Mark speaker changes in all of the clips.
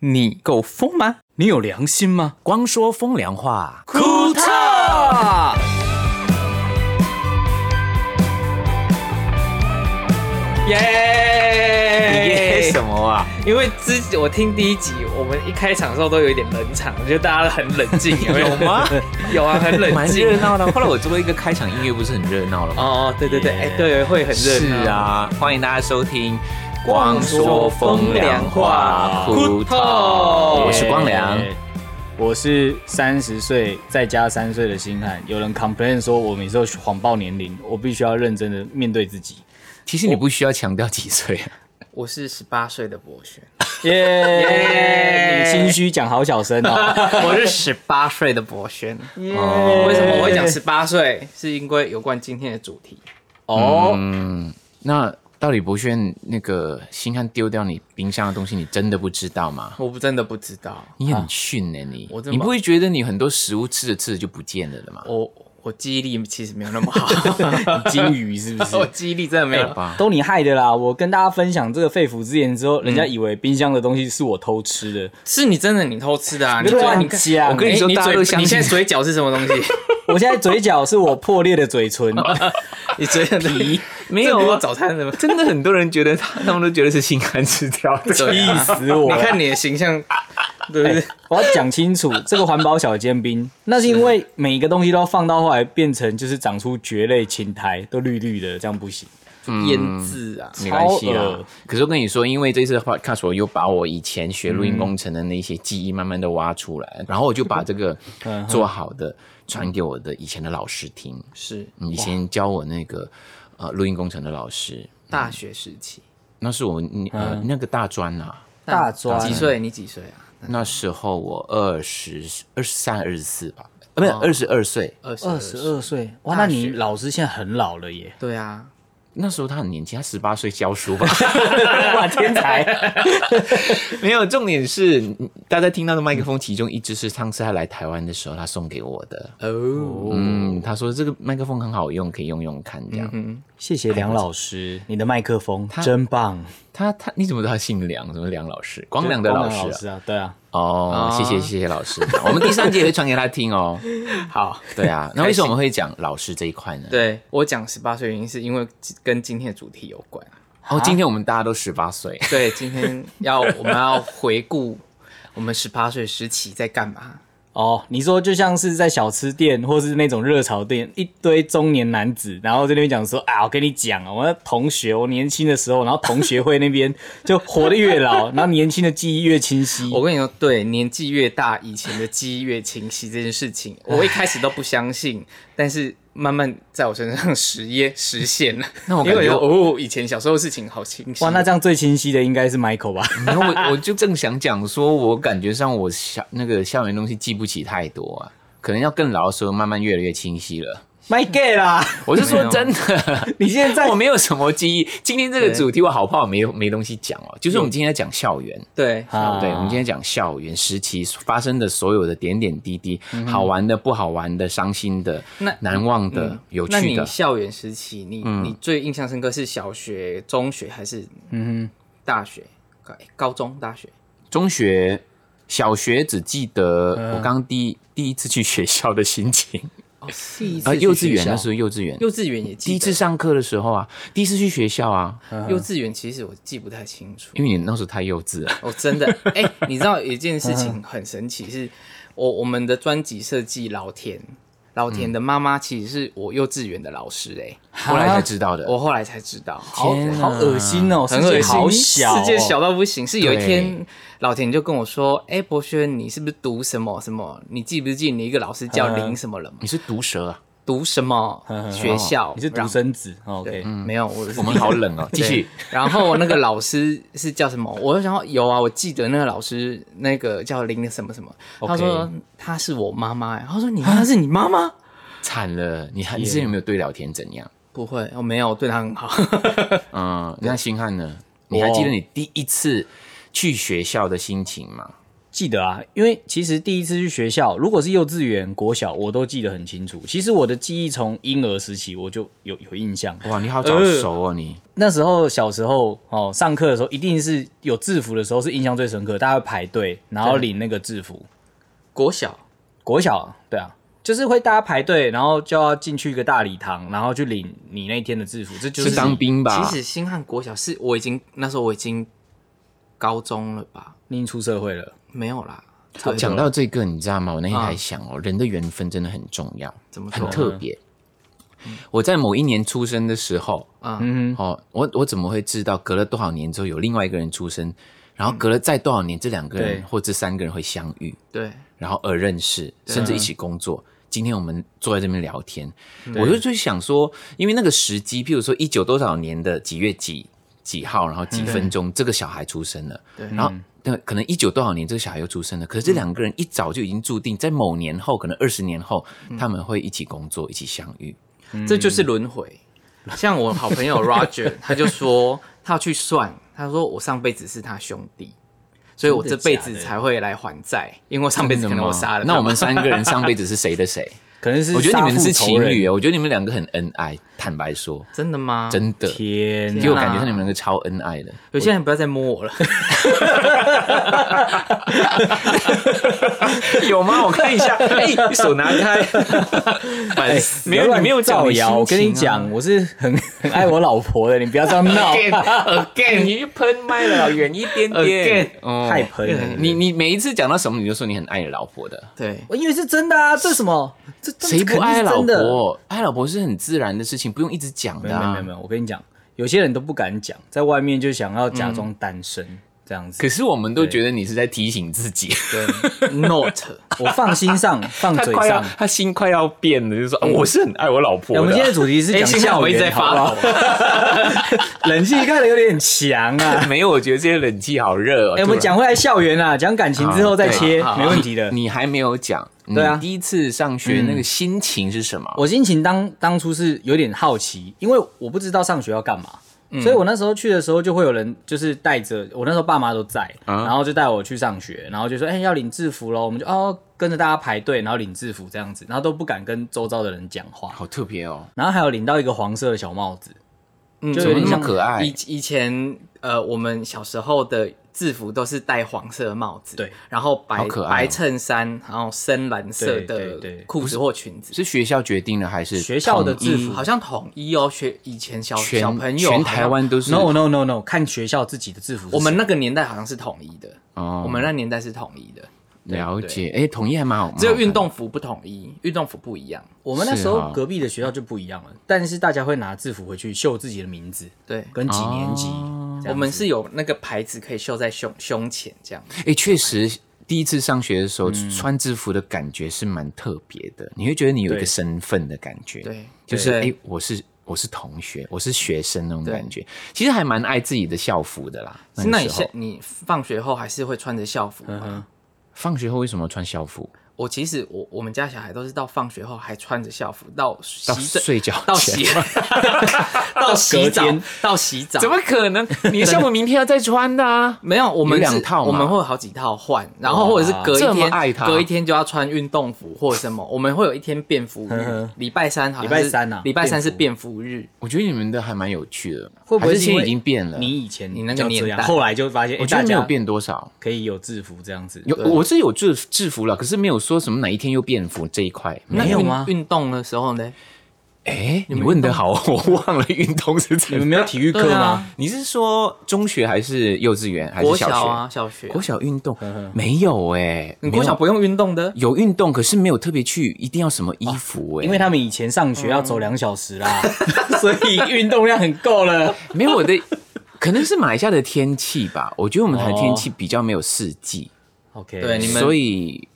Speaker 1: 你够疯吗？你有良心吗？
Speaker 2: 光说风凉话，
Speaker 1: 库特，
Speaker 3: 耶！
Speaker 2: 什么啊？
Speaker 3: 因为之我听第一集，我们一开场的时候都有一点冷场，我觉得大家很冷静，有没有？
Speaker 2: 有吗？
Speaker 3: 有啊，很冷
Speaker 2: 蛮热
Speaker 3: 静。
Speaker 2: 闹的。后来我做一个开场音乐，不是很热闹了吗？
Speaker 3: 哦，对对对，哎，对，会很热闹。
Speaker 2: 是，啊，欢迎大家收听。
Speaker 3: 光说风凉话
Speaker 2: 库
Speaker 3: 库
Speaker 2: 特
Speaker 3: 特，
Speaker 2: 我是光良。
Speaker 4: 我是三十岁再加三岁的星汉。有人 complain 说我每次都谎报年龄，我必须要认真的面对自己。
Speaker 2: 其实你不需要强调几岁 啊，
Speaker 3: 我是十八岁的博轩，
Speaker 4: 耶！你心虚讲好小声哦。
Speaker 3: 我是十八岁的博轩。
Speaker 2: 哦
Speaker 3: 为什么我会讲十八岁？是因为有关今天的主题。
Speaker 4: 哦，
Speaker 2: 嗯，那到底博轩那个星汉丢掉你冰箱的东西，你真的不知道吗？
Speaker 3: 我不真的不知道，
Speaker 2: 你很逊呢、你
Speaker 3: 我真的
Speaker 2: 你
Speaker 3: 不
Speaker 2: 不会觉得你很多食物吃着吃着就不见了的吗？
Speaker 3: 我我记忆力其实没有那么好，
Speaker 4: 金鱼是 不
Speaker 3: 我
Speaker 4: 是？
Speaker 3: 记忆力真的没有。
Speaker 2: 吧，
Speaker 4: 都你害的啦！我跟大家分享这个肺腑之言之后，人家以为冰箱的东西是我偷吃的，
Speaker 3: 是你真的你偷吃的啊？你
Speaker 4: 不要
Speaker 3: 你
Speaker 4: 乱讲
Speaker 2: 我跟你说
Speaker 3: 哎
Speaker 2: 大家都
Speaker 3: 嘴
Speaker 2: 相信
Speaker 3: 你现在嘴角是什么东西？
Speaker 4: 我现在嘴角是我破裂的嘴 唇，
Speaker 3: 你嘴角 皮
Speaker 2: 没有啊
Speaker 3: 早餐的吗？
Speaker 2: 真的很多人觉得他，他们都觉得是心肝吃掉的。
Speaker 3: 对
Speaker 4: 气
Speaker 3: 啊
Speaker 4: 死我！哎
Speaker 3: 你看你的形象，对不对？
Speaker 4: 我要讲清楚，这个环保小尖 兵，那是因为每一个东西都放到后来变成就是长出蕨类、青苔，都绿绿的，这样不行。
Speaker 3: 腌制啊，
Speaker 2: 没关系
Speaker 4: 超
Speaker 2: 啦
Speaker 4: 恶。
Speaker 2: 可是我跟你说，因为这次的 podcast 我又把我以前学录音工程的那些记忆慢慢的挖出来，然后我就把这个做好的传给我的以前的老师听，
Speaker 3: 是
Speaker 2: 嗯以前教我那个呃录音工程的老师，
Speaker 3: 大学时期。
Speaker 2: 那是我呃那个大专啊，
Speaker 4: 大专
Speaker 3: 几岁？你几岁啊？
Speaker 2: 那时候我二十二十三二十四吧，呃，没有二十二岁，
Speaker 3: 二十
Speaker 4: 二十。二岁，哇，
Speaker 3: 大
Speaker 4: 那
Speaker 3: 学，
Speaker 4: 你老师现在很老了耶
Speaker 3: 对啊，
Speaker 2: 那时候他很年轻，他十八岁教书吧。
Speaker 4: 哇，天才！
Speaker 2: 没有，重点是嗯大家听到的麦克风，其中一支是上次他来台湾的时候他送给我的。
Speaker 3: 哦，
Speaker 2: 嗯，他说这个麦克风很好用，可以用用看这
Speaker 4: 嗯
Speaker 2: 样。
Speaker 4: 谢谢梁老师，你的麦克风真棒，
Speaker 2: 他他你怎么知道他姓梁？什么梁老师？光良的
Speaker 4: 光
Speaker 2: 老
Speaker 4: 良
Speaker 2: 师、
Speaker 4: 老
Speaker 2: 啊。
Speaker 4: 师啊，对啊，
Speaker 2: 哦，谢谢谢谢老师，我们第三节会传给他听 哦。
Speaker 3: 好。
Speaker 2: 对啊，那为什么我们会讲老师这一块呢？，
Speaker 3: 对我讲十八岁原因是因为跟今天的主题有关。
Speaker 4: 啊
Speaker 2: 哦，今天我们大家都十八 岁，
Speaker 3: 对，今天要我们要回顾我们十八岁时期在干嘛。
Speaker 4: 哦，你说就像是在小吃店或是那种热炒店，一堆中年男子，然后这边讲说啊，我跟你讲啊，我的同学，我年轻的时候，然后同学会那边就活得越老，然后年轻的记忆越清晰。
Speaker 3: 我跟你说，对，年纪越大，以前的记忆越清晰这件事情，我一开始都不相信，但是慢慢在我身上实验实现了。
Speaker 2: 那我
Speaker 3: 因
Speaker 2: 感
Speaker 3: 为我
Speaker 2: 觉
Speaker 3: 觉得哦，以前小时候的事情好清晰。
Speaker 4: 哇，那这样最清晰的应该是 Michael 吧？
Speaker 2: 然后我我就正想讲说，我感觉上我校那个校园东西记不起太多啊，可能要更老的时候慢慢越来越清晰了。
Speaker 4: Michael 啦，
Speaker 2: 我是说真的，
Speaker 4: 你现在
Speaker 2: 我没有什么记忆。今天这个主题我好怕我没没东西讲哦，就是我们今天在讲校园。
Speaker 3: 对，
Speaker 4: 啊
Speaker 2: 对，我们今天讲校园时期发生的所有的点点滴滴，好玩的、不好玩的、伤心的
Speaker 3: 那、
Speaker 2: 难忘的、有
Speaker 3: 那
Speaker 2: 趣
Speaker 3: 你
Speaker 2: 的。嗯
Speaker 3: 校园时期，你、你最印象深刻是小学、中学还是嗯大学、高哎高中、大学？
Speaker 2: 中学、小学只记得我刚第第一次去学校的心情，
Speaker 3: 哦，第一
Speaker 2: 啊，幼稚园那时候幼稚园。
Speaker 3: 幼稚园也记
Speaker 2: 第一
Speaker 3: 得嗯
Speaker 2: 次上课的时候啊，第一次去学校啊，
Speaker 3: 幼稚园其实我记不太清楚。
Speaker 2: 因为你那时候太幼稚了。
Speaker 3: 哦，真的，哎、你知道有一件事
Speaker 4: 嗯
Speaker 3: 情很神奇，是我我们的专辑设计老田，老田
Speaker 4: 嗯
Speaker 3: 的妈妈其实是我幼稚园的老师、
Speaker 2: 后来才知道的
Speaker 3: 哎，。我后来才知道，
Speaker 4: 好
Speaker 2: 天啊
Speaker 4: 好恶心哦，
Speaker 3: 很
Speaker 4: 世界
Speaker 3: 恶心，
Speaker 4: 好小、哦，
Speaker 3: 世界小到不行。是有一
Speaker 2: 对
Speaker 3: 天，老田就跟我说：“哎、博轩，你是不是读什么什么？你记不记你一个老师
Speaker 4: 嗯
Speaker 3: 叫林什么了？
Speaker 2: 你是毒蛇啊！
Speaker 3: 读什么学校？
Speaker 4: 你是独
Speaker 3: 然后
Speaker 4: 生子哦，OK，
Speaker 3: 对，没有，我是
Speaker 2: 我们好冷 哦，继续
Speaker 3: 对。然后那个老师是叫什么？我就想说有啊，我记得那个老师那个叫林什么什么，他说她是我妈妈、欸，他说你她是你妈妈？
Speaker 2: 惨了，你还你之前有没有对聊天怎样？
Speaker 3: 不会，我没有对她很好。
Speaker 2: 嗯，那星汉呢？你还记得你第一次去学校的心情吗？
Speaker 4: 记得啊，因为其实第一次去学校，如果是幼稚园、国小，我都记得很清楚。其实我的记忆从婴儿时期我就有有印象。
Speaker 2: 哇，你好早熟哦，你
Speaker 4: 那时候小时候哦，上课的时候一定是有制服的时候是印象最深刻，大家会排队，然后领那个制服。
Speaker 3: 国小
Speaker 4: 国小对啊，就是会大家排队，然后就要进去一个大礼堂，然后去领你那天的制服。这就是是
Speaker 2: 当兵吧？
Speaker 3: 其实新汉国小是我已经那时候我已经高中了吧？
Speaker 4: 你已经出社会了，
Speaker 3: 没有啦，
Speaker 2: 好
Speaker 3: 对
Speaker 2: 讲到这个，你知道吗？我那天
Speaker 3: 啊嗯
Speaker 2: 还想哦，人的缘分真的很重要，
Speaker 3: 怎么
Speaker 2: 很
Speaker 3: 说
Speaker 2: 特别。我在某一年出生的时候，
Speaker 3: 啊？
Speaker 4: 嗯
Speaker 2: 哦，我我怎么会知道隔了多少年之后有另外一个人出生，然后隔了再多少年这两个人
Speaker 4: 对
Speaker 2: 或这三个人会相遇，
Speaker 3: 对，
Speaker 2: 然后而认识，
Speaker 4: 啊
Speaker 2: 甚至一起工作。今天我们坐在这边聊天，我就就想说，因为那个时机，譬如说一九多少年的几月几几号，然后几分钟，这个小孩出生了，
Speaker 3: 对
Speaker 2: 然后那可能一九多少年这个小孩又出生了，可是这两个人一早就已经注定，在某年后，可能二十年后，
Speaker 4: 嗯
Speaker 2: 他们会一起工作，一起相遇。
Speaker 3: 这就是轮回。像我好朋 友 Roger，他就说他要去算，他说我上辈子是他兄弟，所以我这辈
Speaker 4: 真
Speaker 3: 子
Speaker 4: 的假的
Speaker 3: 才会来还债，因为我上辈子可能我杀了他。
Speaker 2: 嗯那我们三个人上辈子是谁的谁？
Speaker 4: 可 能是
Speaker 2: 我觉得你们是
Speaker 4: 杀父
Speaker 2: 情
Speaker 4: 仇人
Speaker 2: 侣，啊欸我觉得你们两个很恩爱。坦白说，
Speaker 3: 真的吗？
Speaker 2: 真的，
Speaker 4: 天
Speaker 2: 给我
Speaker 4: 哪，
Speaker 2: 感觉像你们两个超恩爱的。
Speaker 3: 有些人不要再摸我了。
Speaker 2: 有吗？我看一 下，哎、你手拿开，
Speaker 4: 哎
Speaker 2: 没有
Speaker 4: 不要
Speaker 2: 你没有讲
Speaker 4: 造
Speaker 2: 你心
Speaker 4: 谣，我跟你
Speaker 2: 情啊
Speaker 4: 讲，我是很很爱我老婆的，你不要这样 闹，
Speaker 2: again，你哎喷麦了，远一点
Speaker 3: Again
Speaker 2: 哦
Speaker 4: 太喷了。
Speaker 2: 你你每一次讲到什么，你就说你很爱你老婆的，
Speaker 3: 对，
Speaker 4: 我以为是真的啊，这是什么？这这
Speaker 2: 谁不爱老
Speaker 4: 肯定是真的
Speaker 2: 婆？爱老婆是很自然的事情，不用一直讲
Speaker 4: 没
Speaker 2: 的、
Speaker 4: 有没有
Speaker 2: 啊
Speaker 4: 没有。没有，我跟你讲，有些人都不敢讲，在外面就想要假装单身、这样子
Speaker 2: 可。是我们都觉得你是在提醒自己，
Speaker 3: 对，Not，
Speaker 4: 我放心上，放
Speaker 2: 他
Speaker 4: 嘴
Speaker 2: 快要
Speaker 4: 上。
Speaker 2: 他心快要变了，就是说、啊我是很爱我老婆
Speaker 4: 嗯哎我们今
Speaker 2: 的
Speaker 4: 天
Speaker 2: 啊。
Speaker 4: 的主题是
Speaker 3: 哎
Speaker 4: 讲
Speaker 3: 现在
Speaker 4: 校
Speaker 3: 我一直
Speaker 4: 园，
Speaker 3: 在发
Speaker 4: 好不好？ 冷气看的有点强 啊。
Speaker 2: 没有，我觉得这些冷气好热哦。
Speaker 4: 哎，我们
Speaker 2: 突然哦
Speaker 4: 讲回来校园啊，讲感情之后再切
Speaker 3: 好，好
Speaker 4: 没问题的。
Speaker 2: 你还没有讲，
Speaker 4: 对啊嗯
Speaker 2: 你第一次上学那个心情是什么？
Speaker 4: 我心情当当初是有点好奇，因为我不知道上学要干嘛，所以我那时候去的时候就会有人就是带着我那时候爸妈都在，
Speaker 2: 啊
Speaker 4: 然后就带我去上学，然后就说哎、要领制服喽，我们就哦跟着大家排队，然后领制服这样子，然后都不敢跟周遭的人讲话，
Speaker 2: 好特别哦，
Speaker 4: 然后还有领到一个黄色的小帽子，
Speaker 3: 嗯
Speaker 4: 就
Speaker 2: 怎
Speaker 4: 有
Speaker 2: 么
Speaker 4: 点
Speaker 2: 那么
Speaker 4: 像
Speaker 2: 可爱
Speaker 3: 以？以前呃，我们小时候的制服都是戴黄色的帽子，
Speaker 4: 对，
Speaker 3: 然后
Speaker 2: 好
Speaker 3: 白
Speaker 2: 可爱哦
Speaker 3: 白衬衫，然后深蓝色
Speaker 4: 对对
Speaker 3: 的
Speaker 4: 对
Speaker 3: 裤子或裙子，
Speaker 2: 是学校决定的还是
Speaker 4: 学校的
Speaker 2: 统一
Speaker 4: 制服
Speaker 3: 好像统一哦。学以前小
Speaker 2: 全
Speaker 3: 小朋友好
Speaker 2: 全
Speaker 3: 像，
Speaker 2: 台湾都是
Speaker 4: No no no no，看学校自己的制服是什么，
Speaker 3: 我们那个年代好像是统一的，
Speaker 2: 哦
Speaker 3: 我们那年代是统一的，
Speaker 2: 了解，哎，统一还蛮好，
Speaker 3: 只
Speaker 2: 蛮
Speaker 3: 有
Speaker 2: 好看
Speaker 3: 运动服不统一，运动服不一样。
Speaker 4: 我们那时
Speaker 2: 是哈
Speaker 4: 候隔壁的学校就不一样了，但是大家会拿制服回去绣自己的名字
Speaker 3: 对，
Speaker 4: 跟几年级，
Speaker 2: 哦
Speaker 4: 这
Speaker 3: 我
Speaker 4: 样
Speaker 3: 们
Speaker 4: 子
Speaker 3: 是有那个牌子可以绣在胸胸前这样。
Speaker 2: 哎，确实。第一次上学的时候，穿制服的感觉是蛮特别的，你会觉得你有一个
Speaker 4: 对
Speaker 2: 身份的感觉，
Speaker 3: 对
Speaker 2: 就是哎、
Speaker 3: 对
Speaker 2: 诶我是我是同学，我是学生那种感觉，其实还蛮爱自己的校服的啦。哎那个
Speaker 3: 那
Speaker 2: 时
Speaker 3: 你
Speaker 2: 候嗯
Speaker 3: 现你放学后还是会穿着校服吗？
Speaker 2: 放学后为什么穿校服？
Speaker 3: 我其实我我们家小孩都是到放学后还穿着校服到洗
Speaker 2: 到
Speaker 3: 澡
Speaker 2: 睡觉
Speaker 3: 到
Speaker 2: 前
Speaker 3: 洗 到洗澡
Speaker 4: 隔天
Speaker 3: 到洗澡
Speaker 2: 怎么可能？你校服明天要再穿的啊！
Speaker 3: 没有？我们
Speaker 2: 有两
Speaker 3: 是
Speaker 2: 套嘛
Speaker 3: 我们会有好几套换，然后或者是隔
Speaker 2: 这么
Speaker 3: 一天
Speaker 2: 爱他
Speaker 3: 隔一天就要穿运动服或者什么，我们会有一天便服
Speaker 4: 呵
Speaker 3: 日
Speaker 4: 呵，
Speaker 3: 礼拜三好像
Speaker 4: 礼拜
Speaker 3: 是
Speaker 4: 三啊
Speaker 3: 礼拜三是
Speaker 4: 便
Speaker 3: 便服日，
Speaker 2: 我觉得你们的还蛮有趣的，
Speaker 4: 会不
Speaker 2: 还
Speaker 4: 会
Speaker 2: 是
Speaker 4: 是因
Speaker 2: 现在
Speaker 4: 为
Speaker 2: 已经变了？
Speaker 4: 你以前
Speaker 3: 你那个
Speaker 4: 就这
Speaker 3: 年
Speaker 4: 样
Speaker 3: 代
Speaker 4: 后来就发现，
Speaker 2: 我
Speaker 4: 哎
Speaker 2: 觉得
Speaker 4: 大
Speaker 2: 没有
Speaker 4: 家
Speaker 2: 变多少，
Speaker 4: 可以有制服这样子。
Speaker 2: 有我是有制制服了，可是没有说什么哪一天又便服这一块。
Speaker 3: 那
Speaker 4: 没有
Speaker 3: 运
Speaker 4: 吗
Speaker 3: 运动的时候呢？
Speaker 2: 哎，你问的好，我忘了运动是
Speaker 4: 你
Speaker 2: 怎
Speaker 4: 们
Speaker 2: 样。
Speaker 4: 没有体育课
Speaker 3: 对
Speaker 4: 吗
Speaker 3: 啊？
Speaker 2: 你是说中学还是幼稚园还是
Speaker 3: 国
Speaker 2: 小
Speaker 3: 小
Speaker 2: 学？
Speaker 3: 啊，小学啊
Speaker 2: 国小运动没有哎，
Speaker 3: 你国小不用运动的，
Speaker 2: 有运动，可是没有特别去一定要什么衣服哎，
Speaker 4: 因为他们以前上学要走两小时啦，嗯 所以运动量很够了。
Speaker 2: 没有我的，可能是马来西亚的天气吧。我觉得我们台
Speaker 4: 哦
Speaker 2: 天气比较没有四季，
Speaker 4: OK，
Speaker 3: 对你们
Speaker 2: 所以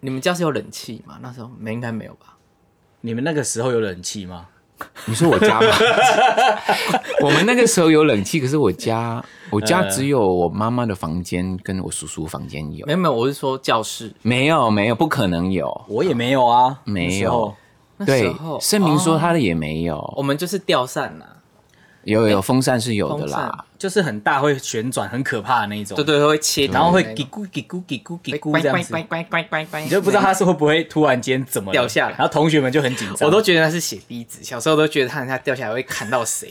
Speaker 3: 你们家是有冷气吗？那时候没，应该没有吧？
Speaker 4: 你们那个时候有冷气吗？
Speaker 2: 你说我家 吗？我们那个时候有冷气，可是我家我家只有我妈妈的房间跟我叔叔房间有
Speaker 3: 没，有没有，我是说教室
Speaker 2: 没有没有，不可能有。
Speaker 4: 我也没有啊，
Speaker 2: 没有
Speaker 4: 那时候
Speaker 3: 那时
Speaker 2: 对
Speaker 3: 候，，
Speaker 2: 声明说
Speaker 3: 哦
Speaker 2: 他的也没有，
Speaker 3: 我们就是吊扇啦，啊
Speaker 2: 有有有风扇是有的
Speaker 3: 风扇
Speaker 2: 啦，
Speaker 4: 就是很大，会旋转，很可怕的那一
Speaker 2: 哦
Speaker 4: 种。
Speaker 3: 对，对，会切，
Speaker 4: 然后会叽咕叽咕叽咕叽咕这样子
Speaker 3: 乖，乖乖乖乖，
Speaker 4: 你就不知道他是会不会突然间怎么了
Speaker 3: 掉下来
Speaker 4: 然后同学们就很紧张，
Speaker 3: 我都觉得他是血滴子，小时候都觉得他他掉下来会砍到 谁，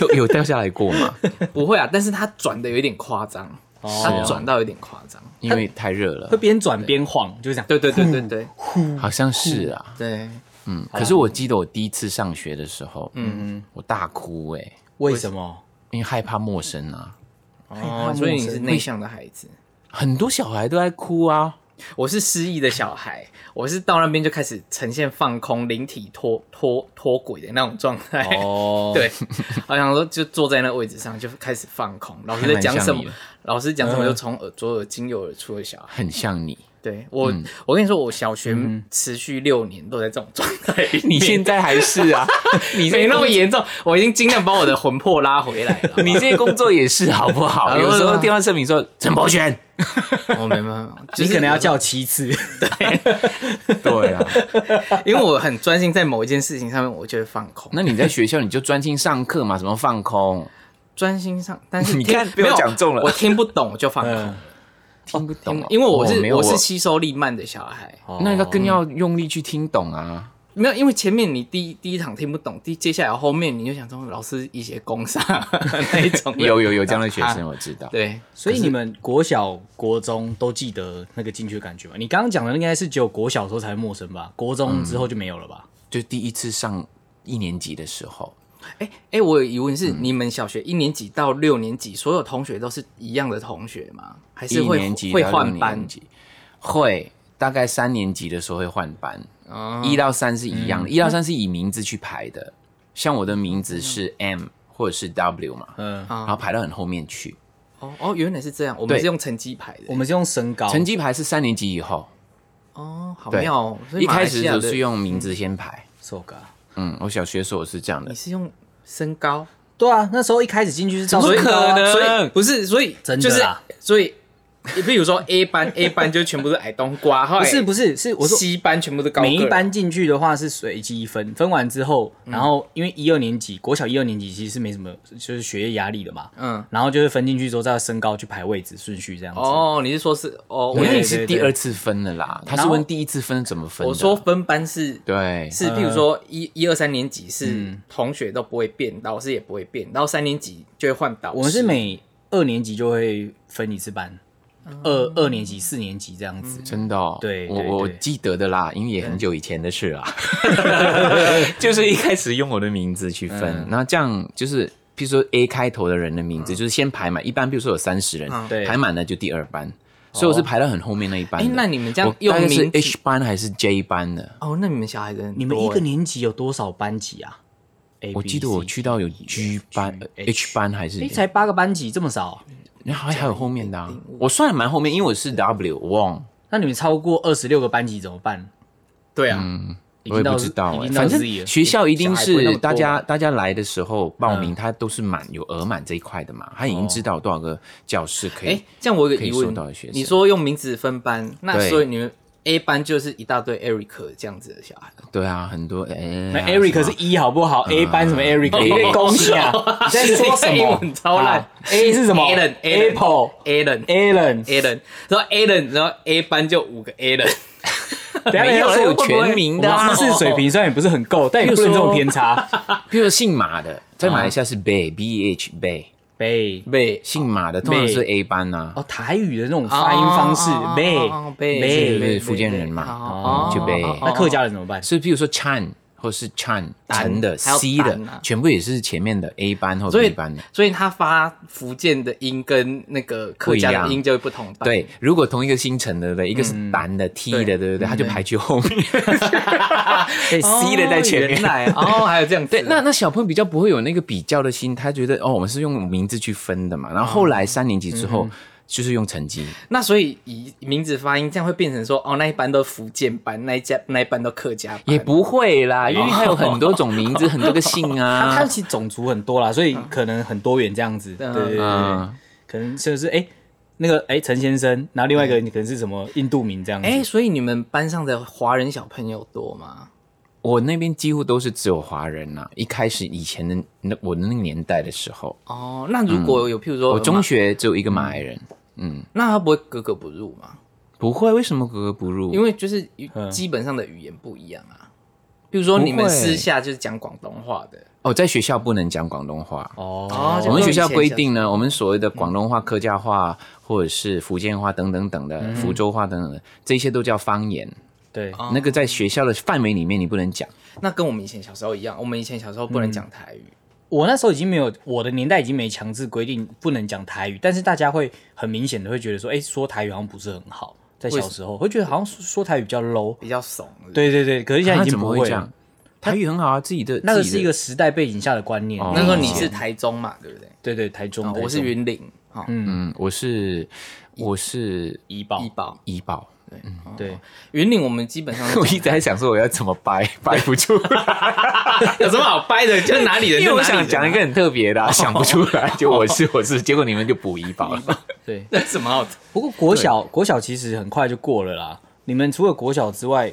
Speaker 2: 有有掉下来过 吗？
Speaker 3: 不会啊，但是他转的有点夸张，
Speaker 2: 哦
Speaker 3: 他转到有点夸张，
Speaker 2: 因为太热了
Speaker 4: 会，边转边晃，就是这样。
Speaker 3: 对对对对对
Speaker 2: 好像是啊。
Speaker 3: 对，
Speaker 2: 嗯，可是我记得我第一次上学的时候，嗯，我大哭哎、
Speaker 4: 为什么？
Speaker 2: 因为害怕陌生啊，
Speaker 3: 哦，所以你是内向的孩子，
Speaker 2: 很多小孩都在哭啊。
Speaker 3: 我是失忆的小孩，我是到那边就开始呈现放空、灵体脱脱脱轨的那种状态。
Speaker 4: 哦，
Speaker 3: 对，好想说就坐在那位置上就开始放空，老师在讲
Speaker 2: 还
Speaker 3: 什
Speaker 2: 蛮像你
Speaker 3: 么
Speaker 2: 的，
Speaker 3: 老师讲什么就从耳左耳进右耳出的小孩。
Speaker 2: 很像你，
Speaker 3: 对我，我跟你说，我小学持续六年都在这种状态里面。
Speaker 2: 你现在还是啊，
Speaker 3: 你没那么严重，我已经尽量把我的魂魄拉回来了。
Speaker 2: 你这些工作也是好不好？有时候电话声明说陈柏轩，
Speaker 3: 我哦没办法，就
Speaker 4: 你
Speaker 3: 是
Speaker 4: 可能要叫七次。
Speaker 2: 对啊，
Speaker 3: 因为我很专心在某一件事情上面，我就会放空，
Speaker 2: 那你在学校你就专心上课嘛，什么放空，
Speaker 3: 专心 上。但是
Speaker 2: 你
Speaker 3: 听
Speaker 2: 看被我
Speaker 3: 没有
Speaker 2: 讲中了
Speaker 3: 我听不懂就 放空
Speaker 4: 嗯，，
Speaker 2: 听不懂
Speaker 3: 听
Speaker 2: 哦，
Speaker 3: 因为我是
Speaker 2: 哦没有
Speaker 3: 我是吸收力慢的小孩，
Speaker 4: 哦
Speaker 2: 那要更要用力去听懂啊。
Speaker 3: 没有，因为前面你第一第一场听不懂，第接下来后面你就想说老师一些攻杀 那一种的，啊
Speaker 2: 有有有这样的学生，我知道。
Speaker 3: 对，
Speaker 4: 所以你们国小、国中都记得那个进去的感觉吗？你刚刚讲的应该是只有国小的时候才陌生吧，国中之后就没有了吧？
Speaker 2: 就第一次上一年级的时候，
Speaker 3: 哎哎，我有疑问
Speaker 2: 嗯
Speaker 3: 是，你们小学一年级到六年级，所有同学都是一样的同学吗？还
Speaker 2: 一
Speaker 3: 是会
Speaker 2: 年级
Speaker 3: 会
Speaker 2: 到
Speaker 3: 换
Speaker 2: 六
Speaker 3: 班
Speaker 2: 年？级，会大概三年级的时候会换班，
Speaker 3: 哦
Speaker 2: 一、到三是一样的，一、到三是以名字去排的，像我的名字是 M 或者是 W 嘛，
Speaker 4: 嗯，
Speaker 2: 然后排到很后面去。
Speaker 3: 哦哦，原来是这样，我们
Speaker 2: 对
Speaker 3: 是用成绩排的。
Speaker 4: 我们是用身高，
Speaker 2: 成绩排是三年级以后，
Speaker 3: 哦，好
Speaker 2: 对
Speaker 3: 妙哦！所以
Speaker 2: 一
Speaker 3: 马来
Speaker 2: 开
Speaker 3: 西
Speaker 2: 始
Speaker 3: 亚
Speaker 2: 我
Speaker 3: 的
Speaker 2: 是用名字先排。
Speaker 4: 瘦嘎。
Speaker 2: 嗯，我小学的时候是这样的
Speaker 3: 你，是用身高，
Speaker 4: 对啊，那时候一开始进去是照
Speaker 3: 所以
Speaker 4: 身高啊
Speaker 3: 所以不是，所以
Speaker 4: 真
Speaker 3: 就
Speaker 4: 的
Speaker 3: 是
Speaker 4: 啦
Speaker 3: 所以，比如说 A 班，A 班就全部是矮冬瓜，啊后
Speaker 4: 不
Speaker 3: 来
Speaker 4: 是不是是我说
Speaker 3: C 班全部都高个
Speaker 4: 每一
Speaker 3: 人
Speaker 4: 班进去的话是随机分，分完之后，然后因为一二年级国小一二年级其实是没什么就是学业压力的嘛，
Speaker 3: 嗯
Speaker 4: 嗯，然后就是分进去之后再身高去排位置顺序这样子。
Speaker 3: 哦，你是说是哦？
Speaker 2: 我以
Speaker 3: 我
Speaker 2: 为
Speaker 3: 也
Speaker 4: 对
Speaker 2: 你是
Speaker 4: 对
Speaker 2: 第
Speaker 4: 对
Speaker 2: 二次分的啦，他是
Speaker 4: 然后
Speaker 2: 问第一次分怎么分的。
Speaker 3: 我说分班是
Speaker 2: 对，
Speaker 4: 嗯
Speaker 3: 是，譬如说一一二三年级是同学都不会变，老师也不会变，然后三年级就会换导师。
Speaker 4: 我们是每二年级就会分一次班，
Speaker 3: 嗯
Speaker 4: 二二年级、四年级这样子。
Speaker 2: 真的、哦，
Speaker 4: 对
Speaker 2: 我
Speaker 4: 对
Speaker 2: 我
Speaker 4: 对
Speaker 2: 记得的啦，因为也很久以前的事 啦，就是一开始用我的名字去分，
Speaker 3: 嗯
Speaker 2: 然后这样就是，譬如说 A 开头的人的名字，就是先排满，一般比如说有三十人，
Speaker 3: 嗯
Speaker 4: 对
Speaker 2: 排满了就第二班，所以我是排到很后面那一班的。
Speaker 3: 哦哎那你们这样
Speaker 2: 我大概
Speaker 3: 用
Speaker 2: 是
Speaker 3: 名字
Speaker 2: H 班还是 J 班的？
Speaker 3: 哦，那你们小孩子很
Speaker 4: 你们
Speaker 3: 多
Speaker 4: 一个
Speaker 3: 欸
Speaker 4: 年级有多少班级啊？A,
Speaker 2: 我
Speaker 4: B,
Speaker 2: 记得我
Speaker 4: C
Speaker 2: 去到有 G 班、呃 H 班还是
Speaker 4: 哎、，才八个班级，这么少？啊
Speaker 2: 然后还有后面的、啊，我算得蛮后面，因为我是 W 忘，
Speaker 4: 那你们超过二十六个班级怎么办？
Speaker 3: 对啊，
Speaker 4: 已
Speaker 2: 嗯我也
Speaker 4: 经到
Speaker 2: 不知道
Speaker 4: 已
Speaker 2: 哎、
Speaker 4: 经到
Speaker 2: 反正
Speaker 4: Z 了。
Speaker 2: 学校一定
Speaker 3: 小孩不会那么
Speaker 2: 是
Speaker 3: 多
Speaker 2: 大家大家来的时
Speaker 4: 嗯
Speaker 2: 候报名，它都是满有额满这一块的嘛，他已经
Speaker 4: 哦
Speaker 2: 知道多少个教室可
Speaker 3: 哎、
Speaker 2: 以。
Speaker 3: 这样我有个疑
Speaker 2: 可以
Speaker 3: 问
Speaker 2: 收到的学，生
Speaker 3: 你说用名字分班，那
Speaker 2: 对
Speaker 3: 所以你们 A 班就是一大堆 Eric 这样子的小孩，
Speaker 2: 对啊，很多哎，
Speaker 4: 那 Eric 是一好不好？A
Speaker 2: 嗯
Speaker 4: 班什么
Speaker 2: 哦
Speaker 4: Eric？你在恭喜啊！你在说什
Speaker 3: 英
Speaker 4: 么
Speaker 3: 文？超烂
Speaker 4: 啊 A 是什么
Speaker 3: Alan
Speaker 4: Apple
Speaker 3: Alan
Speaker 4: Alan。
Speaker 3: Alan，然后 Alan，然后 A 班就五个 Alan，啊
Speaker 4: 等一下
Speaker 2: 没有
Speaker 4: 等一下
Speaker 2: 有全名的
Speaker 4: 我
Speaker 2: 啊
Speaker 4: 们知识水
Speaker 3: 哦
Speaker 4: 平虽然也不是很够，但也不能这种 偏差。
Speaker 2: 譬如姓马的，
Speaker 4: 啊
Speaker 2: 在马来西亚是 Bay B H Bay，
Speaker 4: 背
Speaker 3: 被
Speaker 2: 姓马的通常是 A 班啊呐，
Speaker 4: 哦，台语的那种发音方式
Speaker 3: 哦，
Speaker 4: 背
Speaker 3: 哦
Speaker 2: 对
Speaker 3: 贝
Speaker 4: 背
Speaker 2: 不对？
Speaker 3: 贝
Speaker 2: 福建人
Speaker 3: 贝
Speaker 2: 嘛
Speaker 3: 哦，
Speaker 2: 嗯就 Bay
Speaker 4: 那。客家人怎么办？
Speaker 2: 所以譬如说 Chan 或是 Chan 陈的
Speaker 3: 还有
Speaker 2: C
Speaker 3: 蛋
Speaker 2: 的
Speaker 3: 啊，
Speaker 2: 全部也是前面的 A 班或
Speaker 3: 所
Speaker 2: B
Speaker 3: 以
Speaker 2: 班的。
Speaker 3: 所以他发福建的音跟那个客家的音就会不同班。，
Speaker 2: 对，如果同一个星辰的，对不对？一个是男的 T 的，对嗯不对？他就排去后面，C 的在前面
Speaker 3: 哦原。来 哦，还有这样子。
Speaker 2: 对， 那那小朋友比较不会有那个比较的心，他觉得哦，我们是用名字去分的嘛。然后后来三年级之后，就是用成绩。
Speaker 3: 那所以以名字发音，这样会变成说哦，那一班都福建班，那一家那一班都客家班。
Speaker 2: 也不会啦，因为他有很多种名字，很多个姓
Speaker 4: 他他
Speaker 2: 啊。
Speaker 4: 其实种族很多啦，所以可能很多元这样子。对
Speaker 3: 嗯
Speaker 4: 对对对
Speaker 2: 嗯，
Speaker 4: 可能就是哎，那个哎陈先生，然后另外
Speaker 3: 嗯哎
Speaker 4: 一个可能是什么印度名这样子。
Speaker 3: 哎、所以你们班上的华人小朋友多吗？
Speaker 2: 我那边几乎都是只有华人呐、一开始以前的那我的那个年代的时候，
Speaker 3: 哦，那如果有譬如
Speaker 2: 嗯
Speaker 3: 说
Speaker 2: 我中
Speaker 3: 马，
Speaker 2: 学只有一个马来人，
Speaker 3: 那他不会格格不入吗？
Speaker 2: 不会，为什么格格不入？
Speaker 3: 因
Speaker 2: 为
Speaker 3: 为就是语
Speaker 4: 嗯
Speaker 3: 基本上的语言不一样啊。比如说你
Speaker 2: 不
Speaker 3: 们
Speaker 2: 会
Speaker 3: 私下就是讲广东话的，
Speaker 2: 哦，在学校不能讲广东话。
Speaker 3: 哦
Speaker 4: 哦，
Speaker 2: 我们学校规定呢，我们所谓的广东话、客家话或者是福建话等等等的，福州话等等的，这些都叫方言。
Speaker 4: 对，
Speaker 3: 哦
Speaker 2: 那个在学校的范围里面你不能讲。
Speaker 3: 那跟我们以前小时候一样，我们以前小时候不能讲台
Speaker 2: 嗯
Speaker 3: 语，
Speaker 4: 我那时候已经没有，我的年代已经没强制规定不能讲台语，但是大家会很明显的会觉得说，哎、说台语好像不是很好，在小时候会觉得好像说说台语比较 low。
Speaker 3: 比较怂。
Speaker 4: 对对对，可是现在
Speaker 2: 啊
Speaker 4: 已经
Speaker 2: 怎
Speaker 4: 不
Speaker 2: 么会
Speaker 4: 会
Speaker 2: 这
Speaker 4: 了
Speaker 2: 样。？台语很好啊，自己的
Speaker 4: 那个
Speaker 2: 自己
Speaker 4: 是
Speaker 2: 的
Speaker 4: 一个时代背景下的观念。
Speaker 2: 哦
Speaker 3: 那时候你
Speaker 2: 哦
Speaker 3: 是台中嘛，对不对？
Speaker 4: 对对，台中，
Speaker 3: 啊
Speaker 4: 台中
Speaker 3: 我是云林，哦，
Speaker 2: 嗯，我是我是
Speaker 4: 怡保
Speaker 3: 怡，保
Speaker 2: 怡保，
Speaker 3: 哦
Speaker 4: 对，
Speaker 3: 云林，我们基本上
Speaker 2: 我一直在想说我要怎么掰，掰不出来，
Speaker 3: 有什么好掰的，就是哪里 人
Speaker 2: 因为
Speaker 3: 就
Speaker 2: 我
Speaker 3: 哪里
Speaker 2: 想
Speaker 3: 人
Speaker 2: 讲一个很特别的啊， 想不出来，就我是我是，结果你们就补怡保了。
Speaker 4: 对。
Speaker 3: 那什么好
Speaker 4: 不过国小国小其实很快就过了啦。你们除了国小之外，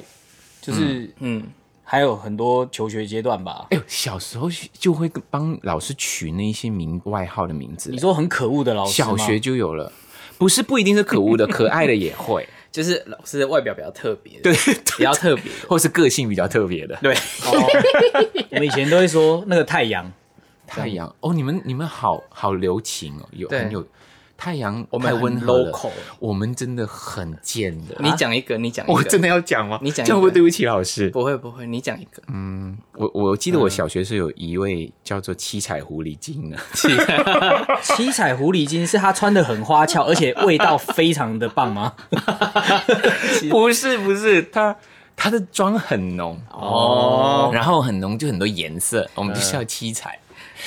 Speaker 4: 就是
Speaker 3: 嗯，
Speaker 4: 还有很多求学阶段吧？
Speaker 2: 哎呦，小时候就会帮老师取那一些名外号的名字
Speaker 4: 你，说很可恶的
Speaker 3: 哦
Speaker 4: 老师吗
Speaker 2: 小学就有了。不是不一定是可恶的，可爱的也 会，
Speaker 3: 就是老师的外表比较特别，
Speaker 2: 对，，啊
Speaker 3: 比较特 别。
Speaker 2: 或是个性比较特别的。对，
Speaker 4: 哦我们以前都会说那个太阳，
Speaker 2: 太阳哦，你们你们好好留情哦，有
Speaker 3: 对
Speaker 2: 很有太阳，
Speaker 3: 我们
Speaker 2: 太
Speaker 3: 很
Speaker 2: 温和了
Speaker 3: local
Speaker 2: 我们真的很贱的。啊
Speaker 3: 你讲一个，你讲一个，
Speaker 2: 我真的要讲吗？
Speaker 3: 你讲一个
Speaker 2: 这样会不会对不起老师？
Speaker 3: 不会不会，你讲一个。
Speaker 2: 嗯我我记得我小学时候有一位叫做七彩狐狸精 的，
Speaker 4: 七彩狐狸精是她穿的很花俏，而且味道非常的棒吗？
Speaker 2: 不是不是，她她的妆很浓哦，然后很浓就很多颜色，我们就叫七彩。